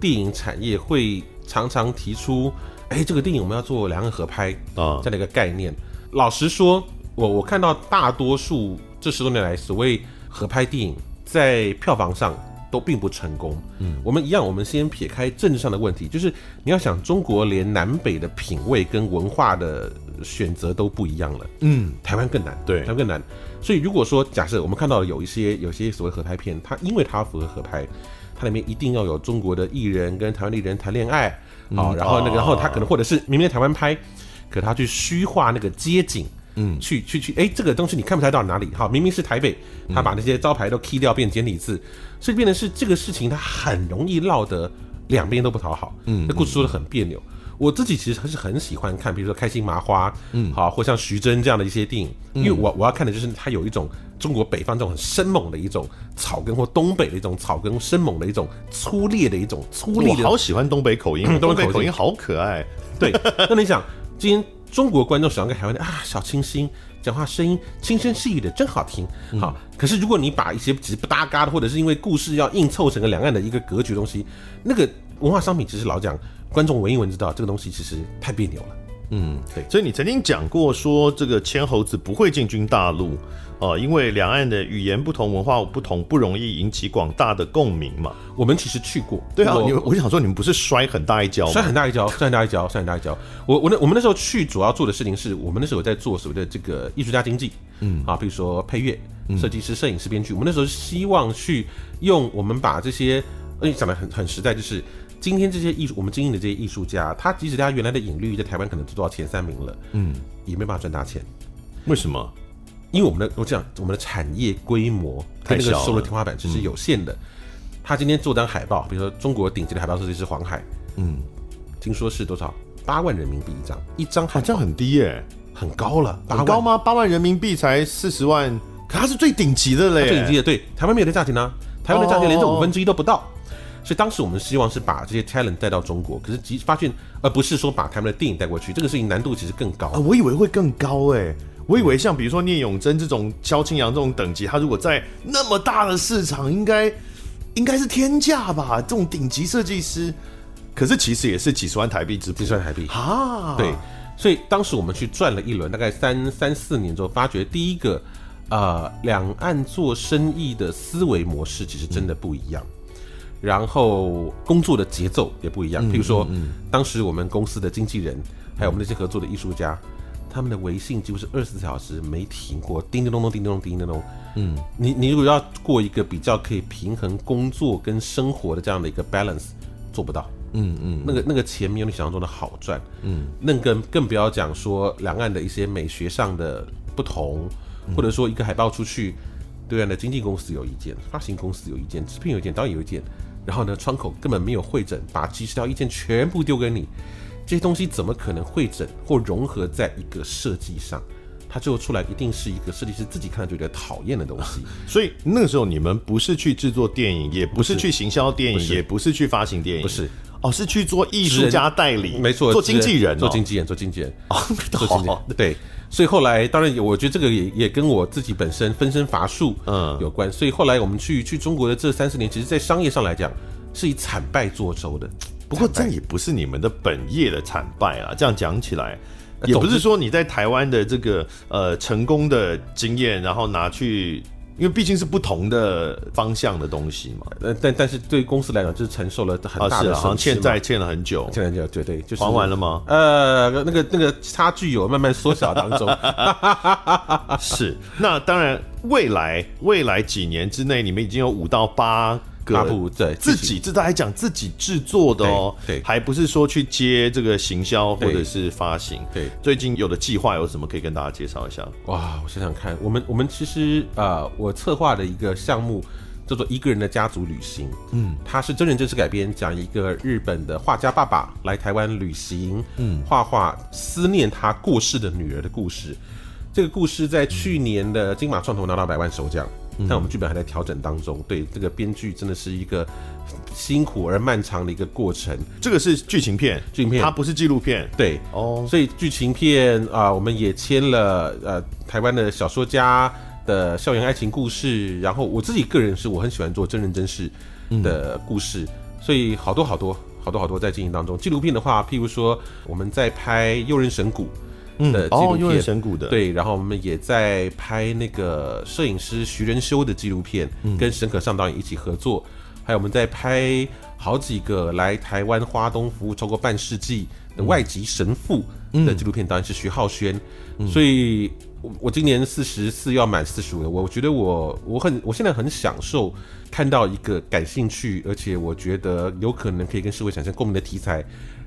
S2: 电影产业会常常提出，哎，这个电影我们要做两岸合拍
S1: 啊
S2: 这样的一个概念。老实说，我我看到大多数这十多年来所谓合拍电影在票房上都并不成功。嗯，我们一样，我们先撇开政治上的问题，就是你要想中国连南北的品味跟文化的选择都不一样了。
S1: 嗯，
S2: 台湾更难，
S1: 对
S2: 台湾更难。所以如果说假设我们看到有一些有些所谓合拍片，它因为它符合合拍，它里面一定要有中国的艺人跟台湾的艺人谈恋爱，好、然后那
S1: 哦
S2: 个然后他可能或者是明明在台湾拍，可他去虚化那个街景。嗯，去去去，哎、这个东西你看不出来到哪里？好，明明是台北，他把那些招牌都 key 掉，变简体字，所以变成是这个事情，它很容易落得两边都不讨好。嗯，那故事说的很别扭。我自己其实还是很喜欢看，比如说《开心麻花》，嗯，好，或像徐峥这样的一些电影，因为我我要看的就是它有一种中国北方这种很生猛的一种草根，或东北的一种草根，生猛的一种粗劣的一种粗
S1: 我
S2: 粝的
S1: 好喜欢东北口音，
S2: 嗯
S1: 东
S2: 东
S1: 北
S2: 北口音
S1: 口音好可爱。
S2: 对，那你想，今天中国观众喜欢跟台湾的啊，小清新，讲话声音轻声细语的真好听，
S1: 嗯
S2: 好。可是如果你把一些只是不搭嘎的，或者是因为故事要硬凑整个两岸的一个格局的东西，那个文化商品其实老讲，观众闻一闻知道这个东西其实太别扭了。
S1: 所以你曾经讲过说，这个千猴子不会进军大陆，呃，因为两岸的语言不同、文化不同，不容易引起广大的共鸣嘛。
S2: 我们其实去过，
S1: 对啊，
S2: 我
S1: 你们我想说，你们不是摔很大一跤
S2: 摔
S1: 吗？
S2: 很大一跤，摔很大一跤，摔很大一跤。我我那我们那时候去主要做的事情是我们那时候有在做所谓的这个艺术家经济，嗯啊，比如说配乐、设计师、摄影师、编剧，我们那时候希望去用我们把这些，而且讲的很很实在，就是今天这些艺术我们经营的这些艺术家，他即使他原来的隐律在台湾可能做到前三名了，嗯，也没办法赚大钱。
S1: 为什么？
S2: 因为我们的我讲我们的产业规模
S1: 太
S2: 跟那个
S1: 小了嗯
S2: 收入天花板其实有限的。他今天做张海报，比如说中国顶级的海报设计师黄海，
S1: 嗯，
S2: 听说是多少？八万人民币一张，一张
S1: 好
S2: 海
S1: 像很低耶、
S2: 很高了，八
S1: 很
S2: 万
S1: 高吗？八万人民币才四十万，可它是最顶级的嘞、
S2: 最顶级的，对，台湾没有这价钱呢、台湾的价钱连这
S1: 哦
S2: 五分之一都不到。所以当时我们希望是把这些 talent 带到中国，可是即发现，而不是说把他们的电影带过去，这个事情难度其实更高
S1: 啊，。我以为会更高哎、我以为像比如说聂永贞这种、萧清扬这种等级，他如果在那么大的市场，应该应该是天价吧？这种顶级设计师，可是其实也是几十万台币之不
S2: 计算台币，
S1: 啊，
S2: 对，所以当时我们去转了一轮，大概三三四年之后，发觉第一个，呃，两岸做生意的思维模式其实真的不一样，然后工作的节奏也不一样。譬如说，当时我们公司的经纪人，还有我们那些合作的艺术家。他们的微信几乎是二十四小时没停过，叮叮咚咚，叮叮咚，叮叮咚。嗯，你你如果要过一个比较可以平衡工作跟生活的这样的一个 balance，做不到。
S1: 嗯
S2: 那个那个钱没有你想象中的好赚，嗯，那更更不要讲说两岸的一些美学上的不同，
S1: 嗯
S2: 或者说一个海报出去，对岸的经纪公司有意见，发行公司有意见，制片有意见，导演有意见，然后呢，窗口根本没有会诊，把几十条意见全部丢给你，这些东西怎么可能会诊或融合在一个设计上？它最后出来一定是一个设计师自己看了就觉得讨厌的东西。
S1: 所以那个时候你们不是去制作电影，也不是去行销电影，
S2: 是
S1: 也不是去发行电影，
S2: 不是。
S1: 哦，是去做艺术家代 理，
S2: 没错，
S1: 做经纪人、哦，
S2: 做经纪人，做经纪人， 做经纪人
S1: 哦，
S2: 对。所以后来，当然，我觉得这个也也跟我自己本身分身乏术，
S1: 嗯
S2: 嗯，有关。所以后来我们去去中国的这三四年，其实，在商业上来讲，是以惨败作收的。
S1: 不过这也不是你们的本业的惨败啦，这样讲起来。
S2: 呃
S1: 也不
S2: 总
S1: 是
S2: 之
S1: 说你在台湾的这个呃成功的经验，然后拿去，因为毕竟是不同的方向的东西嘛。
S2: 呃，但但是对公司来讲，就是承受了很
S1: 啊，
S2: 大
S1: 是
S2: 的
S1: 啊，好像
S2: 损失嘛。
S1: 欠债欠了很久，
S2: 现 在就对对，就是
S1: 还完了吗？
S2: 呃，那个那个差距有慢慢缩小当 中。啊
S1: 是。那当然，未来未来几年之内，你们已经有五到八个
S2: 八部对
S1: 自己这都还讲自己制作的哦，
S2: 对对
S1: 还不是说去接这个行销或
S2: 对
S1: 者是发行。
S2: 对
S1: 最近有的计划有什么可以跟大家介绍一下？
S2: 哇，我想想看，我们我们其实呃，我策划的一个项目叫做《一个人的家族旅行》。
S1: 嗯，
S2: 它是真人真事改编，讲一个日本的画家爸爸来台湾旅行，嗯，画画思念他过世的女儿的故事。这个故事在去年的金马创投拿到百万首奖，但我们剧本还在调整当中。对，这个编剧真的是一个辛苦而漫长的一个过程。
S1: 这个是剧情片，
S2: 剧情片
S1: 它不是纪录片。
S2: 对，
S1: 哦，
S2: 所以剧情片啊、我们也签了呃台湾的小说家的校园爱情故事，然后我自己个人是我很喜欢做真人真事的
S1: 嗯
S2: 故事，所以好多好多好多好多在进行当中。纪录片的话，譬如说我们在拍《诱人神谷》的纪
S1: 哦
S2: 录，
S1: 幽
S2: 片，
S1: 人神谷的，，
S2: 对，然后我们也在拍那个摄影师徐仁修的纪录片，跟沈可尚导演一起合作，还有我们在拍好几个来台湾花东服务超过半世纪的外籍神父的纪录片，导演是徐浩轩，所以。我我今年四十四要满四十五了，我我觉得我我很我现在很享受看到一个感兴趣，而且我觉得有可能可以跟社会产生共鸣的题材，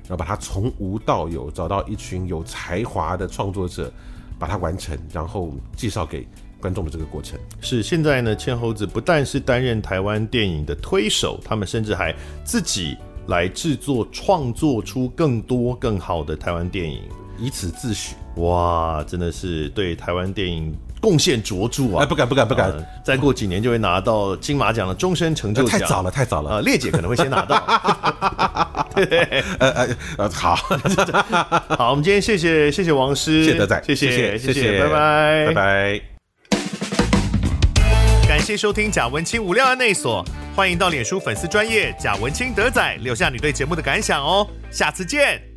S2: 然后把它从无到有，找到一群有才华的创作者，把它完成，然后介绍给观众的这个过程。
S1: 是现在呢，千猴子不但是担任台湾电影的推手，他们甚至还自己来制作、创作出更多更好的台湾电影。
S2: 以此自诩，
S1: 哇，真的是对台湾电影贡献卓著
S2: 哎，
S1: 啊！
S2: 不敢，不敢，不敢，
S1: 呃再过几年就会拿到金马奖的终身成就
S2: 太
S1: 奖。
S2: 早了，太早了，
S1: 呃，烈姐可能会先拿到。
S2: 呃呃呃，好，
S1: 好，我们今天谢谢谢谢王师，
S2: 谢谢德仔，
S1: 谢谢
S2: 谢
S1: 谢，
S2: 谢，
S1: 拜拜
S2: 拜拜。
S1: 感谢收听贾文清无料案内所，欢迎到脸书粉丝专业贾文清德仔留下你对节目的感想哦，下次见。